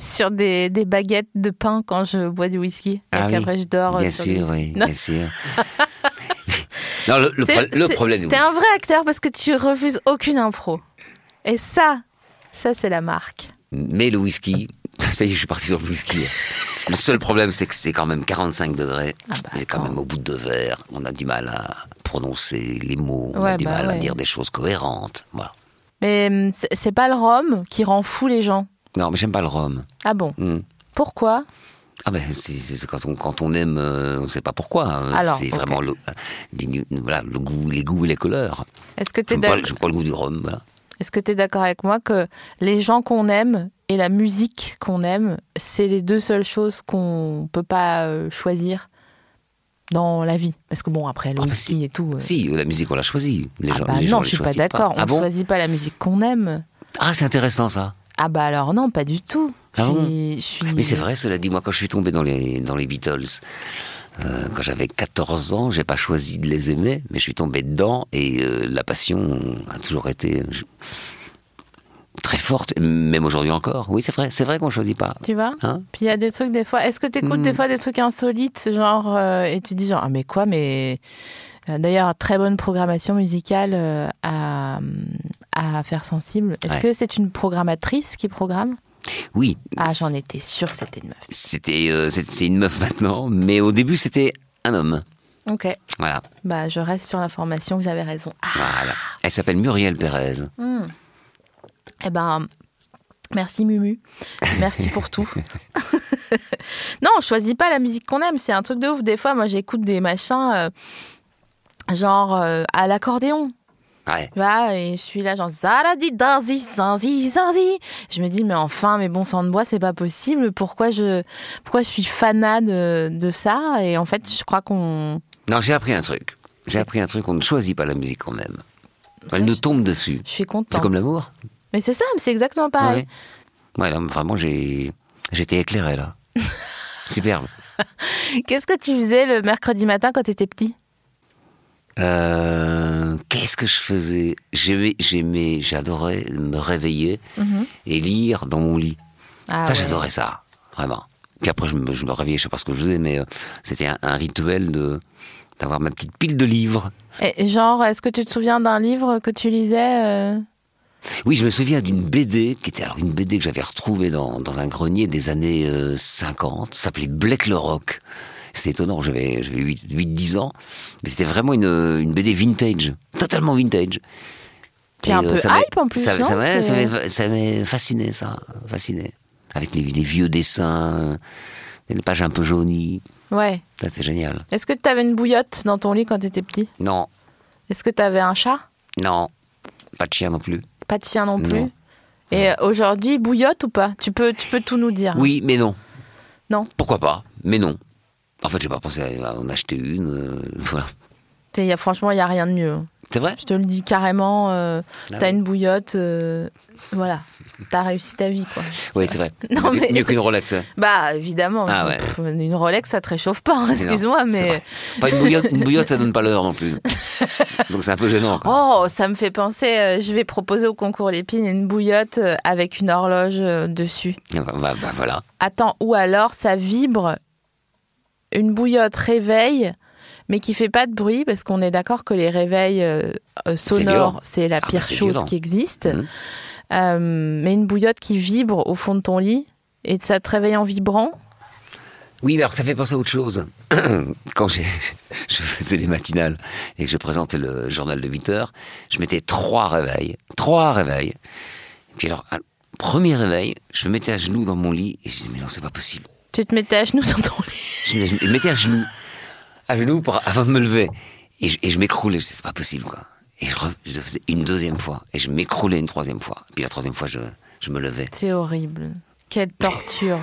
B: sur des, des baguettes de pain quand je bois du whisky.
C: Ah
B: et
C: oui,
B: qu'après, je dors. euh,
C: Bien
B: sur le
C: sûr,
B: whisky.
C: oui,
B: Non,
C: bien sûr. non, le, le
B: c'est-
C: pro- le
B: c'est-
C: problème du
B: T'es un
C: whisky.
B: vrai acteur parce que tu refuses aucune impro. Et ça, ça, c'est la marque.
C: Mais le whisky, ça y est, je suis parti sur le whisky. Le seul problème, c'est que c'est quand même 45 degrés. et quand
B: Ah bah, attends.
C: même au bout de deux verres, on a du mal à prononcer les mots, on a
B: Ouais,
C: du
B: bah
C: mal à
B: ouais.
C: dire des choses cohérentes. Voilà.
B: Mais hum, c'est- c'est pas le rhum qui rend fou les gens.
C: Non, mais j'aime pas le rhum.
B: Ah bon
C: Hmm.
B: Pourquoi
C: Ah ben, c'est- c'est c'est quand on, quand on aime, euh, on ne sait pas pourquoi. euh,
B: Alors,
C: c'est
B: ok.
C: vraiment le, euh, voilà, le goût, les goûts et les couleurs.
B: Est-ce que t'es
C: J'aime pas,
B: d'ac-
C: j'aime pas le goût du rhum, voilà.
B: est-ce que t'es d'accord avec moi que les gens qu'on aime et la musique qu'on aime, c'est les deux seules choses qu'on peut pas euh, choisir dans la vie Parce que bon, après, le
C: Ah bah
B: whisky
C: si.
B: et tout. euh,
C: Si, la musique, on l'a choisie. Les
B: ah
C: gens,
B: bah
C: les gens
B: non,
C: les
B: je suis pas
C: choisissent
B: d'accord. On
C: Ah bon
B: choisit pas la musique qu'on aime.
C: Ah, c'est intéressant ça.
B: Ah bah alors non, pas du tout.
C: Ah
B: Je
C: bon
B: suis- je suis-
C: Mais c'est vrai, cela dit, moi, quand je suis tombé dans les, dans les Beatles, euh, quand j'avais 14 ans, j'ai pas choisi de les aimer, mais je suis tombé dedans et euh, la passion a toujours été euh, je- très forte, même aujourd'hui encore. Oui, c'est vrai, c'est vrai qu'on choisit pas.
B: Tu vois
C: Hein
B: Puis il y a des trucs des fois. Est-ce que t'écoutes
C: Hmm.
B: des fois des trucs insolites, genre euh, et tu dis genre ah mais quoi mais Euh, d'ailleurs très bonne programmation musicale euh, à à faire sensible. Est-ce
C: Ouais.
B: que c'est une programmatrice qui programme
C: Oui,
B: Ah j'en étais sûre que c'était une meuf.
C: c'était, euh, c'est c'est une meuf maintenant, mais au début, c'était un homme.
B: Ok.
C: Voilà,
B: Bah je reste sur l'information que j'avais raison. Ah,
C: voilà. Elle s'appelle Muriel Pérez.
B: Mm. eh ben merci Mumu. Merci pour tout. Non, on choisit pas la musique qu'on aime, c'est un truc de ouf. Des fois, moi, j'écoute des machins euh, genre euh, à l'accordéon.
C: Ouais.
B: Tu vois, et je suis là, genre, zaradi, darzi, zanzi, zanzi. Je me dis, mais enfin, mes bons sangs de bois, c'est pas possible. Pourquoi je, pourquoi je suis fanat de, de ça Et en fait, je crois qu'on.
C: Non, j'ai appris un truc. J'ai appris un truc, on ne choisit pas la musique qu'on aime.
B: Ça,
C: Elle nous
B: je-
C: tombe dessus.
B: Je suis
C: C'est
B: contente.
C: comme l'amour
B: Mais c'est ça, mais c'est exactement pareil.
C: Ouais. Ouais, là, vraiment, j'ai j'étais éclairé là. Superbe.
B: Qu'est-ce que tu faisais le mercredi matin quand t'étais petit
C: Euh, Qu'est-ce que je faisais J'aimais, j'aimais, j'adorais me réveiller et lire dans mon
B: Mhm.
C: lit.
B: Ah
C: Ça,
B: ouais.
C: J'adorais ça, vraiment. Puis après, je me, je me réveillais, je sais pas ce que je faisais, mais euh, c'était un, un rituel de d'avoir ma petite pile de livres.
B: Et genre, est-ce que tu te souviens d'un livre que tu lisais euh,
C: Oui, je me souviens d'une BD qui était alors une BD que j'avais retrouvée dans, dans un grenier des années euh, 50. Ça s'appelait Black le Rock. C'était étonnant, j'avais 8-10 ans. Mais c'était vraiment une, euh, une BD vintage, totalement vintage. euh,
B: Puis un peu
C: ça m'a-
B: hype en plus,
C: Ça
B: non
C: ça m'a- ça
B: C'est-
C: m'a- ça m'a fasciné, ça. Fasciné. Avec les, les vieux dessins, euh, les pages un peu jaunies.
B: Ouais.
C: Ça, c'était génial.
B: Est-ce que t'avais une bouillotte dans ton lit quand t'étais petit
C: Non,
B: Est-ce que t'avais un chat
C: non, pas de chien non plus.
B: Pas de chien non plus.
C: Non.
B: Et euh, aujourd'hui, bouillotte ou pas Tu peux, tu peux tout nous dire.
C: Oui, mais non.
B: Hein Non.
C: Pourquoi pas Mais non. En fait, j'ai pas pensé à en acheter une. euh, voilà.
B: T'sais, y a- franchement, il y a rien de mieux. hein.
C: C'est vrai
B: Je te le dis carrément. euh,
C: Ah
B: t'as
C: oui.
B: une bouillotte, euh, voilà. T'as réussi ta vie, quoi.
C: Oui, c'est vrai.
B: Non,
C: mieux
B: mais-
C: mieux qu'une Rolex. hein.
B: Bah évidemment.
C: Ah
B: je-
C: ouais.
B: pff, une Rolex, ça te réchauffe pas. hein,
C: Non,
B: Excuse-moi,
C: c'est
B: mais
C: vrai. Pas une bouillotte, une bouillotte, ça donne pas l'heure non plus. Donc c'est un peu gênant. quoi.
B: oh, ça me fait penser. euh, je vais proposer au concours l'épine une bouillotte euh, avec une horloge euh, dessus.
C: Bah, bah, bah, voilà.
B: Attends, ou alors ça vibre. Une bouillotte réveille, mais qui fait pas de bruit, parce qu'on est d'accord que les réveils euh, euh,
C: violent.
B: sonores, c'est la
C: bah,
B: pire
C: c'est
B: chose
C: violent.
B: qui existe.
C: Mhm.
B: Euh, mais une bouillotte qui vibre au fond de ton lit et ça te réveille en vibrant.
C: Oui, mais alors ça fait penser à autre chose. Quand j'ai- je faisais les matinales et que je présentais le journal de 8 heures, je mettais trois réveils. Trois réveils. Et puis alors, Premier réveil, je me mettais à genoux dans mon lit et je disais, mais non, c'est pas possible.
B: Tu te mettais à genoux dans ton lit.
C: Je me, je me mettais à genoux, à genoux pour, avant de me lever. Et je, et je m'écroulais, je disais, c'est pas possible, quoi. Et je, re- je le faisais une deuxième fois, et je m'écroulais une troisième fois. Puis la troisième fois, je, je me levais.
B: C'est horrible. Quelle torture.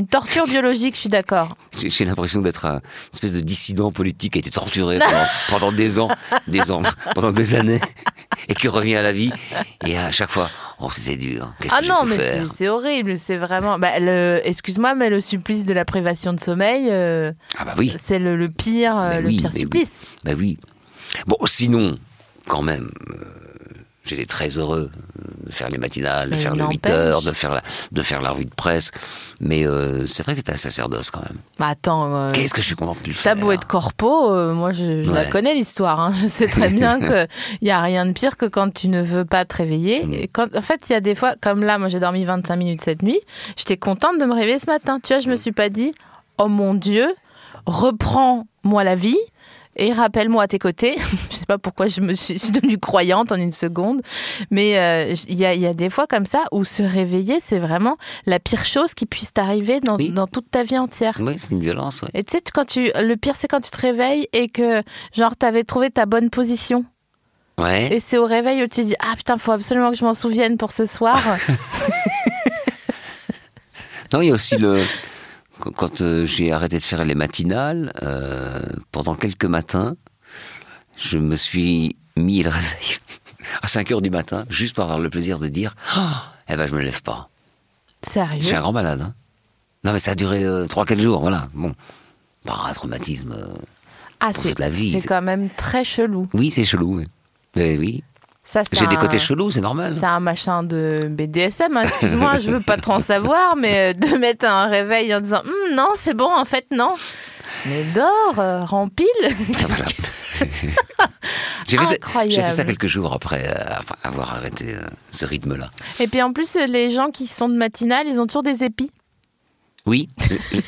B: Une torture biologique, je suis d'accord.
C: J'ai j'ai l'impression d'être un espèce de dissident politique qui a été torturé pendant, pendant des ans, des ans, pendant des années, et qui revient à la vie. Et à chaque fois, oh, c'était dur. Qu'est-ce
B: Ah
C: que
B: non,
C: j'ai
B: mais
C: souffert
B: c'est c'est horrible. C'est vraiment. Bah, le... Excuse-moi, mais le supplice de la privation de sommeil, euh,
C: Ah bah oui,
B: c'est le, le pire, euh,
C: Mais
B: le
C: oui,
B: pire
C: mais oui.
B: supplice.
C: bah oui. Bon, sinon, quand même, euh, j'étais très heureux euh, de faire les matinales, de
B: Mais
C: faire
B: il
C: le
B: n'empêche.
C: 8 heures, de faire la, de faire la revue de presse. Mais euh, c'est vrai que c'était un sacerdoce quand même.
B: Bah attends. euh,
C: Qu'est-ce que je suis content de le
B: T'as
C: faire.
B: beau être corpo, euh, moi je, je la
C: Ouais.
B: connais l'histoire. hein. Je sais très bien que il y a rien de pire que quand tu ne veux pas te réveiller.
C: Mm.
B: Et quand, en fait, il y a des fois, comme là, moi j'ai dormi 25 minutes cette nuit. J'étais contente de me réveiller ce matin. Tu vois,
C: Mm.
B: je me suis pas dit, oh mon dieu, reprends-moi la vie. Et rappelle-moi à tes côtés. je sais pas pourquoi je me suis, je suis devenue croyante en une seconde, mais euh, j- il y, a, il y a des fois comme ça où se réveiller, c'est vraiment la pire chose qui puisse t'arriver dans,
C: Oui.
B: dans toute ta vie entière.
C: Oui, c'est une violence, ouais.
B: Et tu sais, quand tu, le pire, c'est quand tu te réveilles et que, genre, t'avais trouvé ta bonne position.
C: Ouais.
B: Et c'est au réveil où tu dis, ah putain, faut absolument que je m'en souvienne pour ce soir.
C: Non, il y a aussi le. quand- Quand euh, j'ai arrêté de faire les matinales, euh, pendant quelques matins, je me suis mis le réveil à 5 heures du matin, juste pour avoir le plaisir de dire Ah, Eh ben, je me lève pas. Je suis
B: Sérieux
C: un grand malade. hein. Non, mais ça a duré 3-4 jours, voilà. Bon. Par un traumatisme. euh,
B: Ah,
C: pour
B: c'est
C: toute la vie,
B: c'est
C: c'est-
B: quand même très chelou.
C: Oui, c'est chelou. Oui, oui. oui.
B: Ça, c'est
C: J'ai des
B: un-
C: côtés chelous, c'est normal.
B: C'est un machin de BDSM, hein. excuse-moi, je veux pas trop en savoir, mais euh, de mettre un réveil en disant Hum, non, c'est bon, en fait, non. Mais dors, euh, rempile.
C: Ah, Voilà. j'ai fait, ça-
B: Incroyable.
C: j'ai fait ça quelques jours après euh, après avoir arrêté euh, ce rythme-là.
B: Et puis en plus, les gens qui sont de matinale, ils ont toujours des épis.
C: Oui,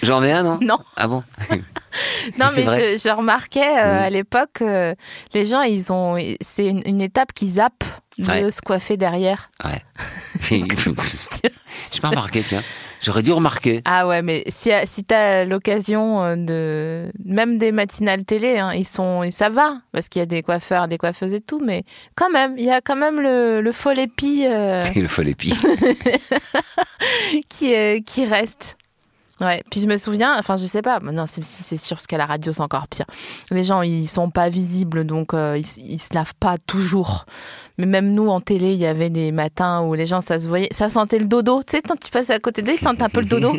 C: j'en ai un, non
B: Non.
C: Ah bon
B: Non,
C: Mais c'est
B: mais,
C: vrai.
B: je, je remarquais euh,
C: Mm.
B: à l'époque, euh, les gens, ils ont, c'est une, une étape qui zappe de
C: Ouais.
B: se coiffer derrière.
C: Ouais. J'ai pas remarqué, tiens. J'aurais dû remarquer.
B: Ah ouais, mais si, si t'as l'occasion euh, de, même des matinales télé, hein, ils sont, et ça va, parce qu'il y a des coiffeurs, des coiffeuses et tout, mais quand même, il y a quand même le, le fol épi euh,
C: Et le fol épi.
B: qui, euh, qui reste. Ouais, puis je me souviens, enfin je sais pas, maintenant si si c'est sûr, ce qu'à la radio c'est encore pire. Les gens ils sont pas visibles donc euh, ils, s- ils se lavent pas toujours. Mais même nous en télé, il y avait des matins où les gens ça se voyait, ça sentait le dodo. Tu sais, quand tu passes à côté d'eux, ils sentent un peu le dodo.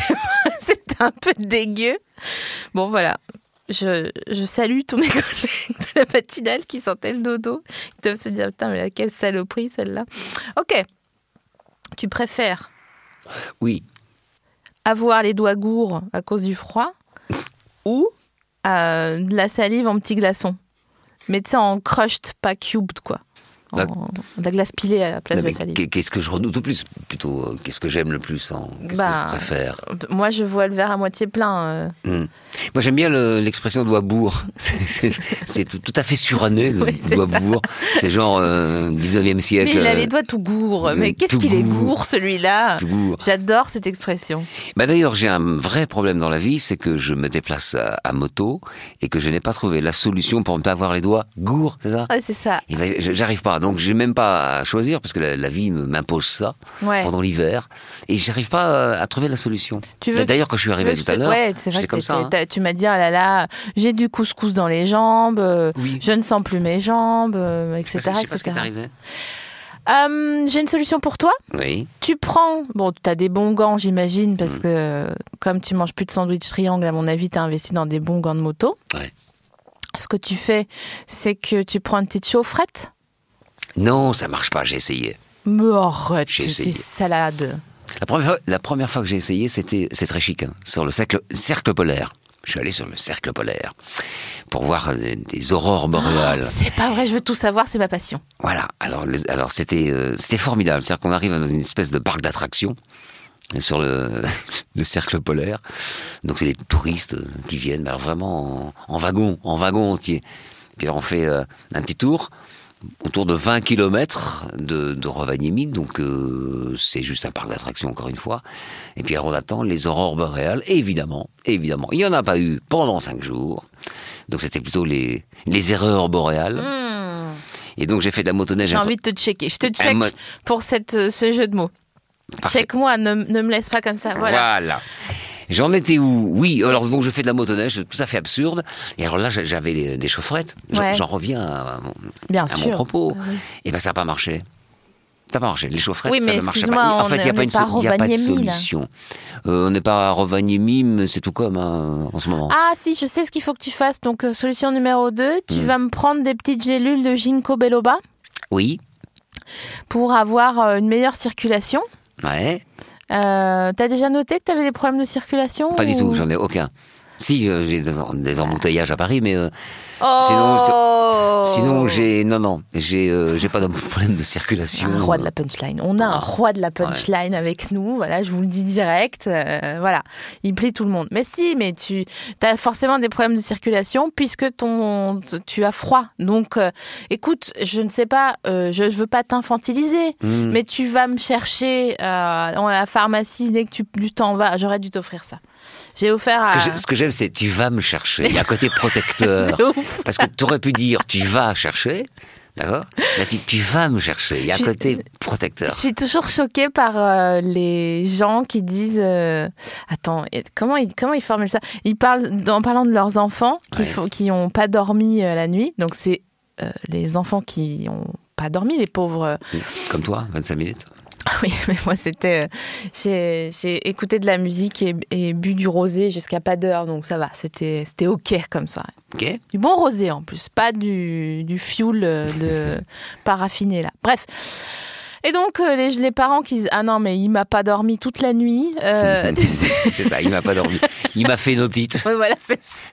B: C'était un peu dégueu. Bon voilà, je, je salue tous mes collègues de la matinale qui sentaient le dodo. Ils doivent se dire, putain, mais la quelle saloperie celle-là. Ok, tu préfères
C: Oui.
B: avoir les doigts gourds à cause du froid ou euh, de la salive en petits glaçons. Mais tu sais, en crushed, pas cubed, quoi. En-
C: D'ac-
B: de la glace pilée à la place
C: Non,
B: de la
C: mais
B: salive.
C: qu'est- Qu'est-ce que je redoute le plus Plutôt, euh, qu'est-ce que j'aime le plus en... Qu'est-ce
B: Bah.
C: que je préfère
B: Moi, je vois le verre à moitié plein. euh.
C: Hmm. Moi, j'aime bien le- l'expression doigt bourre. C'est- C'est c'est tout, tout à fait suranné, le
B: Oui, c'est
C: doigt
B: ça.
C: bourre. C'est genre euh, 19e
B: Mais
C: siècle.
B: il a
C: euh,
B: les doigts tout gourds.
C: euh,
B: Mais qu'est-ce
C: tout
B: qu'il est
C: gourd.
B: gourd, celui-là
C: tout bourre.
B: J'adore cette expression.
C: Bah d'ailleurs, j'ai un vrai problème dans la vie, c'est que je me déplace à, à moto et que je n'ai pas trouvé la solution pour ne pas avoir les doigts gourds, c'est ça
B: Ouais, c'est ça.
C: Eh ben, je- J'arrive pas, donc j'ai même pas à choisir parce que la, la vie me- m'impose ça
B: Ouais.
C: pendant l'hiver et j'arrive pas euh, à trouver la solution.
B: Tu veux
C: Bah,
B: que-
C: D'ailleurs, quand je suis
B: Tu veux
C: arrivé
B: que
C: tout
B: je te-
C: à l'heure,
B: ouais, c'est vrai
C: j'étais
B: que
C: comme ça.
B: t'étais-
C: hein.
B: t'as- tu m'as dit, ah là là, j'ai du couscous dans les jambes, euh,
C: Oui.
B: je ne sens plus mes jambes, euh, etc.
C: Je sais pas ce qui
B: etc.
C: est arrivé.
B: Euh, j'ai une solution pour toi.
C: Oui,
B: Tu prends, bon, tu as des bons gants, j'imagine,
C: Mm.
B: parce que euh, comme tu manges plus de sandwich triangle, à mon avis, tu as investi dans des bons gants de moto.
C: ouais.
B: Ce que tu fais, c'est que tu prends une petite chaufferette.
C: Non, ça marche pas, j'ai essayé.
B: Mais arrête,
C: J'ai
B: tes
C: essayé.
B: salades.
C: La première, fois- la première fois que j'ai essayé, c'était c'est très chic, hein, sur le cercle, cercle polaire. Je suis allé sur le cercle polaire pour voir des, des aurores boréales.
B: C'est pas vrai, je veux tout savoir, Ah, c'est ma passion.
C: Voilà. Alors, les- alors c'était euh, c'était formidable. C'est-à-dire qu'on arrive dans une espèce de parc d'attractions sur le, le cercle polaire. Donc c'est les touristes euh, qui viennent, mais alors vraiment en, en wagon, en wagon entier. Puis alors on fait euh, un petit tour. autour de 20 km de, de Rovaniemi, donc euh, c'est juste un parc d'attractions encore une fois. Et puis alors on attend les aurores boréales, et évidemment, évidemment. Il n'y en a pas eu pendant 5 jours, donc c'était plutôt les, les erreurs boréales. Et donc j'ai fait de la motoneige.
B: Hmm. J'ai
C: inter-
B: envie de te checker. Je te check
C: mo-
B: pour cette, euh, ce jeu de mots.
C: Parfait.
B: Check-moi, ne, ne me laisse pas comme ça. Voilà.
C: Voilà. J'en étais où Oui, alors donc je fais de la motoneige, c'est tout à fait absurde. Et alors là, j'a- j'avais les- des chaufferettes. J'en
B: Ouais.
C: j'en reviens à, à mon,
B: Bien
C: à mon
B: sûr. Ah
C: propos. Et ben ça n'a pas marché. Ça n'a pas marché. Les chaufferettes,
B: Oui,
C: ça
B: mais
C: ne marchait
B: excuse-moi,
C: pas.
B: on
C: En fait, il n'y
B: est-
C: a,
B: on
C: pas
B: est
C: une
B: pas à
C: so- il y a pas de
B: Rovaniemi, là.
C: solution. Euh, on n'est pas à Rovaniemi, mais c'est tout comme hein, en ce moment.
B: Ah si, je sais ce qu'il faut que tu fasses. Donc, euh, solution numéro 2, tu
C: Mm.
B: vas me prendre des petites gélules de ginkgo biloba
C: Oui,
B: pour avoir euh, une meilleure circulation.
C: ouais,
B: Euh, T'as déjà noté que t'avais des problèmes de circulation
C: pas du
B: ou-
C: tout, j'en ai aucun. Si, euh, j'ai des, en- des embouteillages à Paris, mais euh, Sinon,
B: Oh
C: sinon j'ai. Non, non, j'ai euh, j'ai pas de problème de circulation.
B: Un roi de la punchline. On a un roi de la punchline avec nous. Voilà, je vous le dis direct. euh, voilà, il plaît tout le monde. Mais si, mais tu as forcément des problèmes de circulation puisque ton tu as froid. Donc, euh, écoute, je ne sais pas, euh, je ne veux pas t'infantiliser,
C: Hmm.
B: mais tu vas me chercher euh, dans la pharmacie dès que tu du temps va. J'aurais dû t'offrir ça. J'ai offert
C: Ce
B: à.
C: que j'ai- Ce que j'aime, c'est tu vas me chercher. Il y a un côté protecteur.
B: De ouf.
C: Parce que tu aurais pu dire tu vas chercher, d'accord Là, tu, tu vas me chercher. Il y a un
B: Je-
C: côté protecteur.
B: Je suis toujours choquée par euh, les gens qui disent. euh, Attends, et- comment ils, comment ils formulent ça Ils parlent en parlant de leurs enfants qui
C: Ouais.
B: font- qui n'ont pas dormi euh, la nuit. Donc, c'est euh, les enfants qui n'ont pas dormi, les pauvres.
C: Comme toi, 25 minutes.
B: Ah oui, mais moi, c'était. euh, J'ai j'ai écouté de la musique et, et bu du rosé jusqu'à pas d'heure. Donc, ça va. C'était c'était OK comme ça.
C: Ok
B: Du bon rosé en plus, pas du, du fuel euh, de paraffiné là. Bref. Et donc euh, les, les parents qui disent ah non mais il m'a pas dormi toute la nuit. euh, tu sais.
C: C'est ça, il m'a pas dormi. Il m'a fait une otite.
B: Ouais, voilà, c'est ça.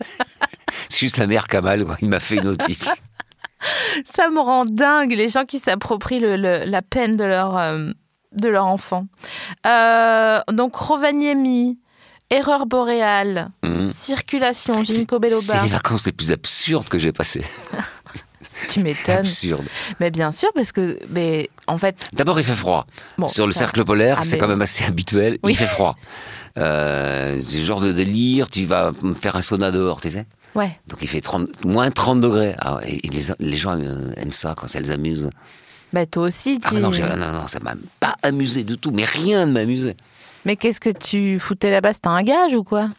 C: C'est juste la mère Kamal, quoi. Il m'a fait une otite.
B: Ça me rend dingue les gens qui s'approprient le- le- la peine de leur euh, de leur enfant. Euh, donc Rovaniemi, erreur boréale,
C: Mhm.
B: circulation, Ginkgo
C: C'est
B: biloba.
C: les vacances les plus absurdes que j'ai passées.
B: Tu m'étonnes.
C: Absurdes.
B: Mais bien sûr parce que mais en fait
C: D'abord, il fait froid.
B: bon,
C: Sur le
B: ça-
C: cercle polaire,
B: Ah,
C: c'est
B: mais-
C: quand même assez habituel.
B: Oui.
C: Il fait froid. Euh, c'est le genre de délire, tu vas faire un sauna dehors, tu sais.
B: Ouais.
C: Donc il fait 30, moins 30 degrés. Ah, et- et les, les gens euh, aiment ça quand ça les amuse.
B: Bah toi aussi tu
C: Ah non, j'ai- non, non, ça m'a pas amusé du tout, mais rien ne m'amusait.
B: Mais qu'est-ce que tu foutais là-bas C'était un gage ou quoi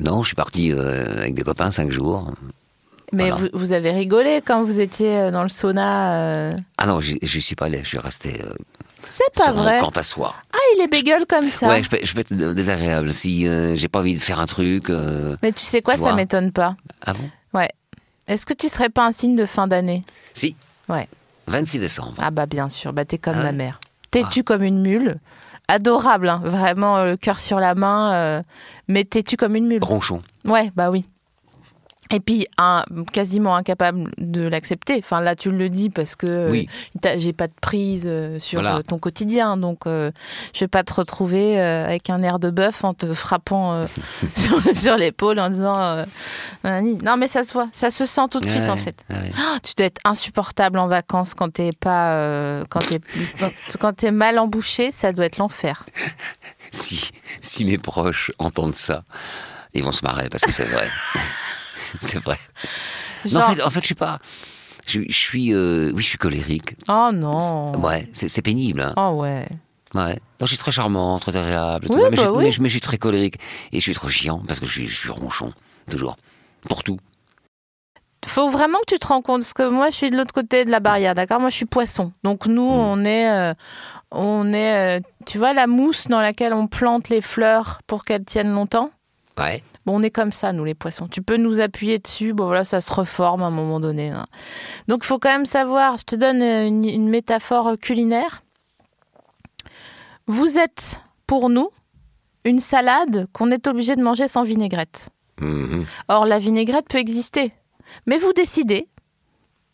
C: Non, je suis parti euh, avec des copains 5 jours.
B: Mais
C: Voilà.
B: vous, vous avez rigolé quand vous étiez euh, dans le sauna. euh.
C: Ah non, j'y j'y suis pas allé, je suis resté euh,
B: C'est pas
C: sur
B: vrai.
C: mon camp à soir.
B: Ah, il est bégueule comme ça.
C: Ouais, je peux, je peux être désagréable si euh, j'ai pas envie de faire un truc. euh,
B: Mais tu sais quoi,
C: Tu
B: ça
C: vois.
B: m'étonne pas.
C: Ah bon
B: Ouais. Est-ce que tu serais pas un signe de fin d'année
C: Si,
B: Ouais.
C: 26 décembre.
B: Ah bah bien sûr. Bah t'es comme
C: Ah
B: ma
C: ouais. Ah.
B: mère. Têtu comme une mule. Adorable, hein. vraiment euh, le cœur sur la main, euh, mais têtu comme une mule.
C: Ronchon.
B: Ouais, bah oui. Et puis, un, quasiment incapable de l'accepter. Enfin, là, tu le dis parce que
C: Oui.
B: euh, t'as- j'ai pas de prise euh, sur
C: Voilà.
B: euh, ton quotidien. Donc, euh, je vais pas te retrouver euh, avec un air de bœuf en te frappant euh, sur, sur l'épaule en disant. euh, Nanani. non, mais ça se voit. Ça se sent tout de suite,
C: Ouais,
B: en fait.
C: ouais.
B: Ah, tu dois être insupportable en vacances quand t'es pas. euh, quand t'es quand t'es mal embouché, ça doit être l'enfer.
C: si, si mes proches entendent ça, ils vont se marrer parce que c'est vrai. c'est vrai. Non,
B: Genre-
C: en, fait, en fait, je sais pas. Je, je suis, euh, oui, je suis colérique.
B: Oh non.
C: Ouais, c'est c'est pénible. hein.
B: Oh ouais.
C: Ouais. Non, je suis très charmant, très agréable. tout
B: Oui,
C: ça, mais,
B: bah
C: je,
B: oui.
C: mais je- mais je suis très colérique et je suis trop chiant parce que je suis, je suis ronchon toujours pour tout.
B: faut vraiment que tu te rends compte parce que moi je suis de l'autre côté de la barrière, d'accord Moi je suis poisson. Donc nous on est euh, on est euh, tu vois la mousse dans laquelle on plante les fleurs pour qu'elles tiennent longtemps.
C: Ouais.
B: Bon, on est comme ça, nous les poissons. Tu peux nous appuyer dessus, bon voilà, ça se reforme à un moment donné. hein. Donc il faut quand même savoir, je te donne euh, une, une métaphore euh, culinaire. Vous êtes pour nous une salade qu'on est obligé de manger sans vinaigrette.
C: Mhm.
B: Or, la vinaigrette peut exister. Mais vous décidez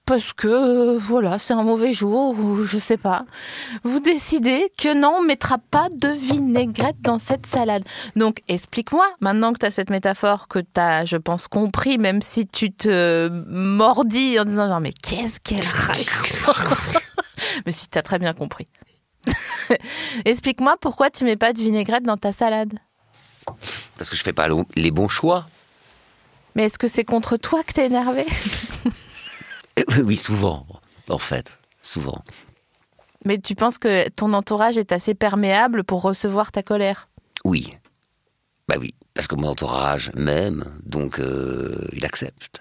B: parce que euh, voilà, c'est un mauvais jour ou je sais pas. Vous décidez que non, on mettra pas de vinaigrette dans cette salade. Donc explique-moi, maintenant que tu as cette métaphore que tu as, je pense, compris, même si tu te mordis en disant genre, mais qu'est-ce qu'elle raconte Mais si tu as très bien compris. explique-moi pourquoi tu mets pas de vinaigrette dans ta salade.
C: Parce que je fais pas le- les bons choix.
B: Mais est-ce que c'est contre toi que t'es énervé
C: Oui, souvent, en fait. Souvent.
B: Mais tu penses que ton entourage est assez perméable pour recevoir ta colère
C: Oui. Bah oui, parce que mon entourage m'aime, donc euh, il accepte.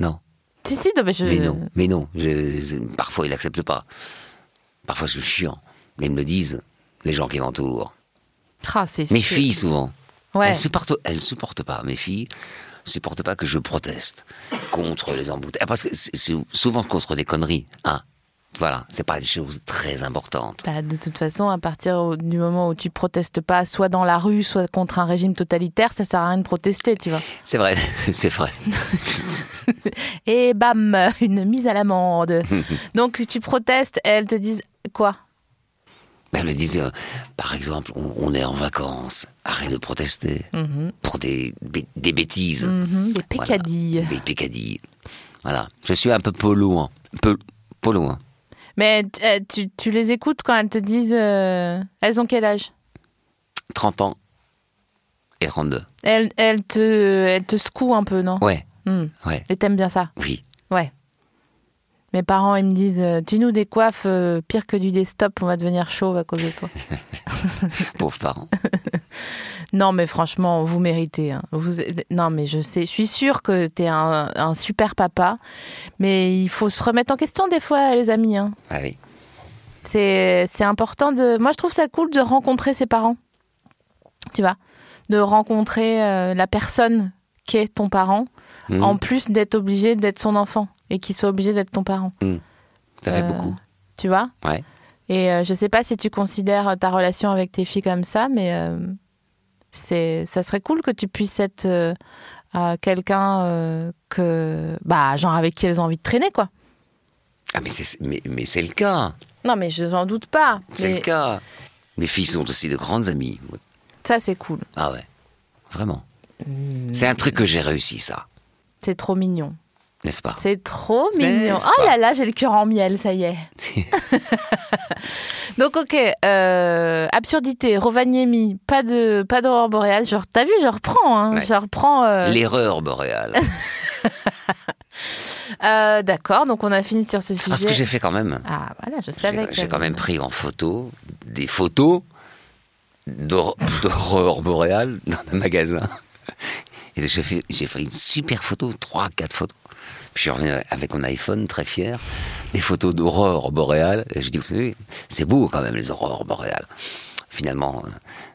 C: Non,
B: Si, si, non, mais je...
C: mais non, mais non. je- je- parfois, il accepte pas. Parfois, je suis chiant. Mais ils me le disent, les gens qui m'entourent.
B: Ah, c'est
C: Mes
B: sûr.
C: filles, souvent.
B: Ouais.
C: Elles supportent, elles supportent pas, mes filles supportent pas que je proteste contre les embouteillages. Ah, Parce que c'est c'est souvent contre des conneries. Hein. Voilà, c'est pas des choses très importantes.
B: Bah, de toute façon, à partir au- du moment où tu protestes pas, soit dans la rue, soit contre un régime totalitaire, ça sert à rien de protester, tu vois.
C: C'est vrai, c'est vrai.
B: Et bam, une mise à l'amende. Donc tu protestes, elles te disent quoi
C: Elle me disait, euh, par exemple, on, on est en vacances, arrête de protester
B: Mm.
C: pour des, bé- des bêtises.
B: Mhm, Des peccadilles.
C: Des picadilles. Voilà, je suis un peu polo, hein. peu, polo, hein.
B: Mais euh, tu, tu les écoutes quand elles te disent. euh, Elles ont quel âge
C: 30 ans et 32.
B: elles, elles, te, elles te secouent un peu, non
C: Ouais,
B: Hmm.
C: ouais,
B: Et t'aimes bien ça
C: oui.
B: Ouais. Mes parents, ils me disent euh, Tu nous décoiffes euh, pire que du desktop, on va devenir chauve à cause de toi.
C: Pauvres parents.
B: Non, mais franchement, vous méritez. hein. Vous... Non, mais je sais, je suis sûre que t'es un, un super papa, mais il faut se remettre en question des fois, les amis. hein.
C: Ah oui.
B: C'est c'est important de. Moi, je trouve ça cool de rencontrer ses parents. Tu vois De rencontrer euh, la personne qu'est ton parent,
C: Mhm.
B: en plus d'être obligé d'être son enfant et qu'il soit obligé d'être ton parent.
C: Ça fait
B: euh,
C: beaucoup.
B: Tu vois
C: Ouais.
B: Et euh, je sais pas si tu considères euh, ta relation avec tes filles comme ça, mais euh, c'est, ça serait cool que tu puisses être euh, euh, quelqu'un euh, que, bah, genre avec qui elles ont envie de traîner, quoi.
C: Ah mais c'est mais, mais c'est le cas.
B: Non, mais je n'en doute pas.
C: C'est
B: Mais
C: le cas. Mes filles sont aussi de grandes amies. ouais.
B: ça, c'est cool.
C: Ah ouais. Vraiment.
B: Hmm.
C: C'est un truc que j'ai réussi ça,
B: C'est trop mignon.
C: n'est-ce pas
B: C'est trop
C: N'est-ce
B: mignon.
C: pas
B: Oh là là, j'ai le cœur en miel, ça y est. Donc, ok, euh, absurdité, Rovaniemi, pas de, pas d'aurore boréale. Genre, t'as vu, je reprends, hein,
C: Ouais.
B: je reprends. euh,
C: L'erreur boréale.
B: euh, d'accord, donc on a fini sur ce sujet.
C: Parce que j'ai fait quand même.
B: Ah voilà, je savais
C: J'ai
B: que
C: j'ai
B: t'avais-
C: quand même pris en photo des photos d'or- d'aurore boréale dans un magasin. Et j'ai fait, j'ai fait une super photo, 3 quatre photos. Puis je suis revenu avec mon iPhone, très fier, des photos d'aurore boréale. Et je dis, oui, c'est beau quand même les aurores boréales. Finalement, euh,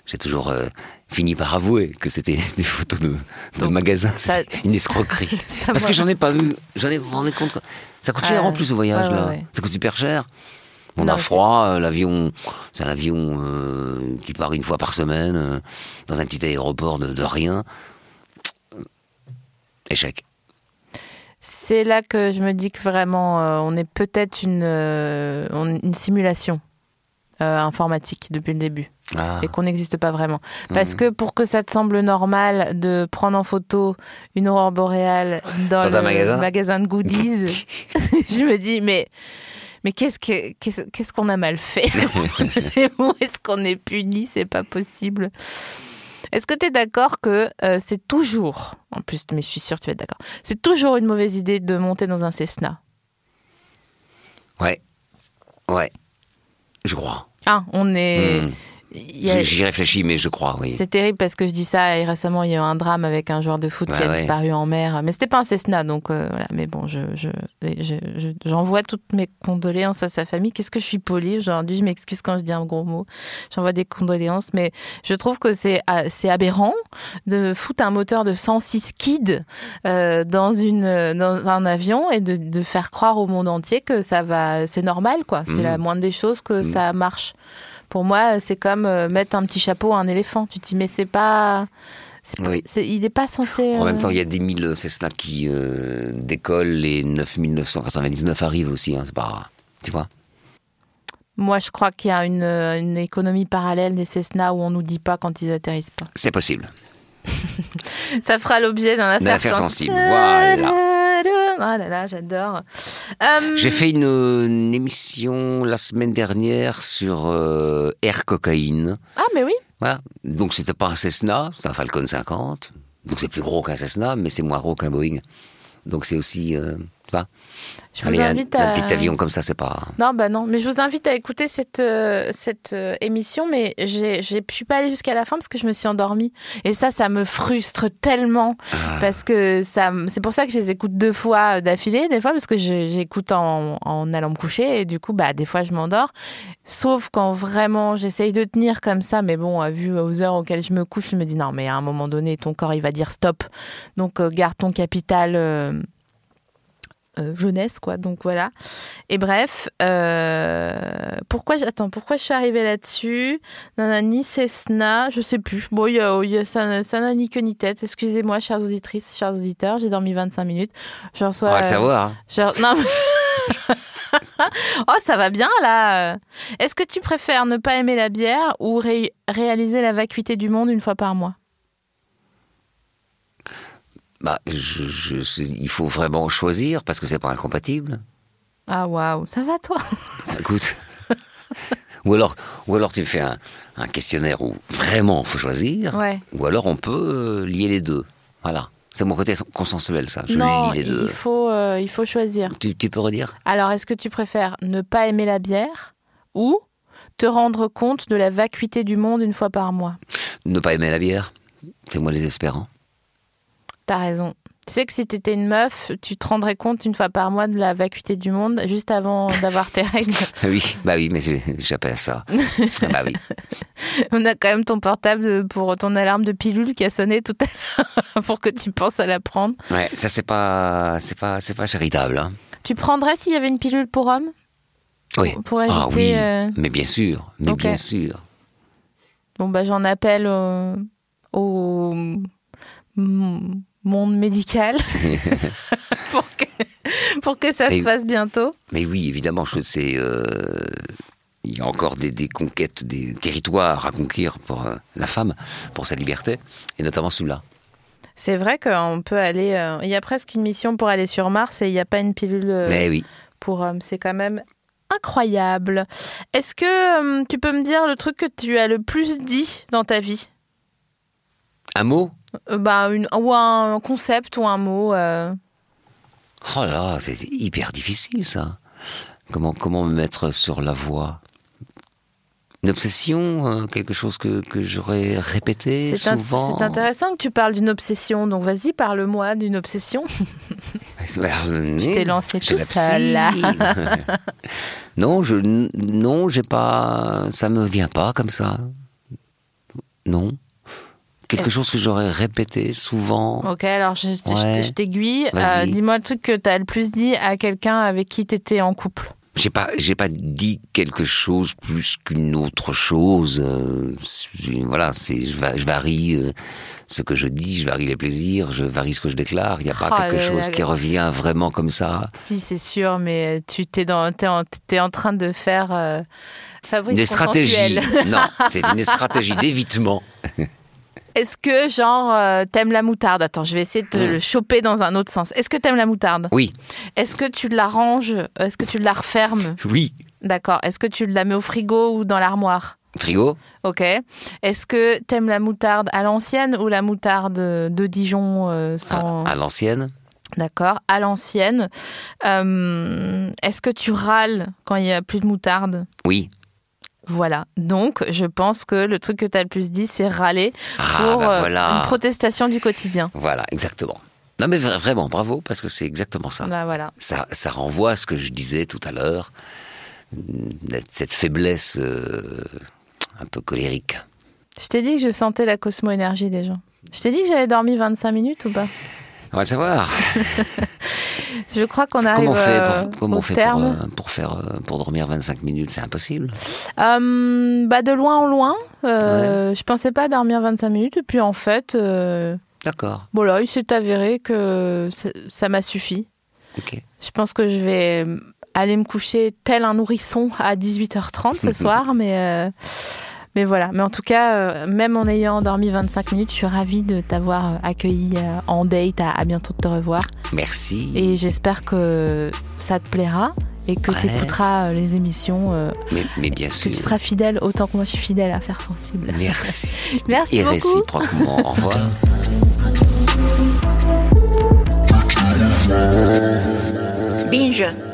C: j'ai toujours euh, fini par avouer que c'était des photos de, de magasin.
B: ça-
C: C'était une escroquerie.
B: Ça
C: Parce
B: va.
C: que j'en ai pas vu. J'en ai, vous vous rendez compte quoi. Ça coûte cher
B: Ah,
C: en plus au voyage
B: ouais, ouais,
C: là.
B: ouais.
C: Ça coûte super cher. On
B: Non,
C: a
B: c'est-
C: froid, euh, l'avion, c'est un avion euh, qui part une fois par semaine, euh, dans un petit aéroport de, de rien. Échec.
B: C'est là que je me dis que vraiment, euh, on est peut-être une, euh, on- une simulation euh, informatique depuis le début
C: Ah,
B: et qu'on n'existe pas vraiment. Parce que pour que ça te semble normal de prendre en photo une aurore boréale dans,
C: Dans
B: le
C: un magasin
B: de goodies, je me dis, mais. Mais qu'est-ce que- qu'est-ce qu'est-ce qu'on a mal fait Et Où est-ce qu'on est puni C'est pas possible. Est-ce que tu es d'accord que euh, c'est toujours, en plus, mais je suis sûre que tu vas être d'accord, c'est toujours une mauvaise idée de monter dans un Cessna
C: ouais. Ouais. Je crois.
B: Ah, on est.
C: Hmm.
B: il y a-
C: J'y réfléchis, mais je crois, oui.
B: C'est terrible parce que je dis ça et récemment il y a eu un drame avec un joueur de foot qui
C: Ouais,
B: a
C: ouais.
B: disparu en mer. Mais c'était pas un Cessna donc euh, voilà. Mais bon, je je- je- je- j'envoie toutes mes condoléances à sa famille. Qu'est-ce que je suis polie aujourd'hui Je m'excuse quand je dis un gros mot. J'envoie des condoléances, mais je trouve que c'est ah, c'est aberrant de foutre un moteur de 106 kids euh, dans une euh, dans un avion et de, de faire croire au monde entier que ça va c'est normal quoi. C'est
C: Mhm.
B: la moindre des choses que ça marche. Pour moi, c'est comme euh, mettre un petit chapeau à un éléphant. Tu te dis, mais c'est pas. C'est pas-
C: Oui.
B: c'est- il n'est pas censé.
C: En
B: euh,
C: même temps, il y a 10 000 Cessna qui euh, décollent et 9 999 arrivent aussi. hein, c'est pas... Tu vois
B: Moi, je crois qu'il y a une, euh, une économie parallèle des Cessna où on nous dit pas quand ils atterrissent pas.
C: C'est possible.
B: Ça fera l'objet d'un affaire,
C: affaire sensible, voilà.
B: Ah là là, j'adore. Euh,
C: J'ai fait une, une émission la semaine dernière sur euh, Air Cocaïne.
B: Ah, mais oui.
C: Voilà. Donc c'était pas un Cessna, c'est un Falcon 50. Donc c'est plus gros qu'un Cessna, mais c'est moins gros qu'un Boeing. Donc c'est aussi, euh, tu vois,
B: Je vous
C: Allez, un,
B: invite à.
C: un petit avion comme ça, c'est pas.
B: Non, bah non, mais je vous invite à écouter cette, euh, cette euh, émission, mais j'ai- j'ai- je suis pas allée jusqu'à la fin parce que je me suis endormie. Et ça, ça me frustre tellement parce que ça, m- c'est pour ça que je les écoute deux fois euh, d'affilée, des fois, parce que je- j'écoute en, en allant me coucher et du coup, bah, des fois, je m'endors. Sauf quand vraiment j'essaye de tenir comme ça, mais bon, euh, vu aux heures auxquelles je me couche, je me dis non, mais à un moment donné, ton corps, il va dire stop. Donc, euh, garde ton capital. euh, euh, jeunesse quoi donc voilà et bref euh, pourquoi j- attends pourquoi je suis arrivée là-dessus nanani Cessna je sais plus bon il y a, il y a- ça n'a- ça n'a ni queue ni tête excusez-moi chères auditrices chers auditeurs j'ai dormi 25 minutes je
C: On
B: reçois
C: va le
B: euh,
C: savoir. hein.
B: je- non, mais- oh, ça va bien là. Est-ce que tu préfères ne pas aimer la bière ou ré- réaliser la vacuité du monde une fois par mois
C: Bah, je- je- c'est- il faut vraiment choisir parce que c'est pas incompatible.
B: Ah waouh, ça va toi
C: Écoute. ou, alors, ou alors tu fais un, un questionnaire où vraiment faut choisir.
B: Ouais.
C: Ou alors on peut euh, lier les deux. Voilà. C'est mon côté consensuel, ça. Je
B: Non,
C: lis les
B: il
C: deux.
B: faut, euh, il faut choisir.
C: Tu, tu peux redire
B: Alors, est-ce que tu préfères ne pas aimer la bière ou te rendre compte de la vacuité du monde une fois par mois
C: Ne pas aimer la bière. C'est moi les espérants.
B: T'as raison. Tu sais que si t'étais une meuf, tu te rendrais compte une fois par mois de la vacuité du monde juste avant d'avoir tes règles.
C: Oui, bah oui, mais je- j'appelle ça. Ah bah oui.
B: On a quand même ton portable pour ton alarme de pilule qui a sonné tout à l'heure pour que tu penses à la prendre.
C: Ouais, ça c'est pas, c'est pas, c'est pas charitable. hein.
B: Tu prendrais s'il y avait une pilule pour homme
C: Oui.
B: Pour- pour
C: ah
B: éviter,
C: oui.
B: euh,
C: Mais bien sûr, mais
B: Ok.
C: bien sûr.
B: Bon, bah, j'en appelle au, au m- monde médical pour, que, pour que ça
C: Mais-
B: se fasse bientôt.
C: Mais oui, évidemment, je sais. euh, il y a encore des, des conquêtes, des territoires à conquérir pour euh, la femme, pour sa liberté, et notamment celui-là.
B: C'est vrai qu'on peut aller. euh, Il y a presque une mission pour aller sur Mars et il n'y a pas une pilule euh,
C: Mais oui.
B: pour hommes. C'est quand même incroyable. Est-ce que euh, tu peux me dire le truc que tu as le plus dit dans ta vie
C: Un mot
B: Euh, bah, une, Ou un concept ou un mot euh,
C: Oh là, là, c'est hyper difficile ça. Comment, comment me mettre sur la voie Une obsession euh, Quelque chose que, que j'aurais répété
B: C'est in-
C: souvent
B: c'est intéressant que tu parles d'une obsession, donc vas-y, parle-moi d'une obsession.
C: Je euh,
B: Je t'ai lancé tout seul, là.
C: non, je, non, j'ai pas. Ça me vient pas comme ça. Non. Quelque chose que j'aurais répété souvent.
B: Ok, alors je, je- je-
C: Ouais.
B: je t'aiguille.
C: Vas-y.
B: Euh, Dis-moi le truc que tu as le plus dit à quelqu'un avec qui tu étais en couple.
C: J'ai pas, j'ai pas dit quelque chose plus qu'une autre chose. euh, c'est- voilà, c'est, je, va- je varie euh, ce que je dis, je varie les plaisirs, je varie ce que je déclare. Il n'y a pas
B: Oh
C: quelque
B: là
C: chose
B: là.
C: qui revient vraiment comme ça.
B: Si, c'est sûr, mais euh, tu t'es dans- t'es en, t'es en train de faire euh, Fabrice
C: une stratégie.
B: consensuel.
C: non, c'est une stratégie d'évitement.
B: Est-ce que, genre, euh, t'aimes la moutarde Attends, je vais essayer de te
C: Hmm.
B: le choper dans un autre sens. Est-ce que t'aimes la moutarde
C: Oui,
B: Est-ce que tu la ranges Est-ce que tu la refermes
C: oui.
B: D'accord. Est-ce que tu la mets au frigo ou dans l'armoire
C: Frigo
B: Ok. Est-ce que t'aimes la moutarde à l'ancienne ou la moutarde de Dijon euh, sans...
C: à, à l'ancienne.
B: D'accord, à l'ancienne. Euh, Est-ce que tu râles quand il n'y a plus de moutarde
C: Oui.
B: Voilà. Donc, je pense que le truc que tu as le plus dit, c'est râler
C: Ah,
B: pour
C: bah
B: euh, une
C: voilà.
B: protestation du quotidien.
C: Voilà, exactement. Non, mais vra- vraiment, bravo, parce que c'est exactement ça.
B: Bah, voilà.
C: ça. Ça renvoie à ce que je disais tout à l'heure, cette faiblesse euh, un peu colérique.
B: Je t'ai dit que je sentais la cosmo-énergie des gens. Je t'ai dit que j'avais dormi 25 minutes ou pas
C: On va le savoir.
B: Je crois qu'on arrive
C: comment on fait pour,
B: euh,
C: comment
B: au
C: on fait pour,
B: terme.
C: euh, pour faire, euh, pour dormir 25 minutes C'est impossible.
B: Euh, bah de loin en loin, euh, je pensais pas dormir 25 minutes. Et puis en fait, euh,
C: D'accord,
B: voilà, il s'est avéré que ça- ça m'a suffi.
C: ok.
B: Je pense que je vais euh, aller me coucher tel un nourrisson à 18h30 ce soir, mais, euh, mais voilà. Mais en tout cas, euh, même en ayant dormi 25 minutes, je suis ravie de t'avoir euh, accueilli euh, en date, à, à bientôt de te revoir.
C: Merci.
B: Et j'espère que ça te plaira et que
C: Ouais.
B: tu écouteras les émissions, euh,
C: Mais, mais bien
B: que
C: sûr.
B: tu seras fidèle autant que moi je suis fidèle à Faire Sensible.
C: Merci.
B: Merci
C: Et
B: beaucoup.
C: réciproquement, au revoir.
E: Binge.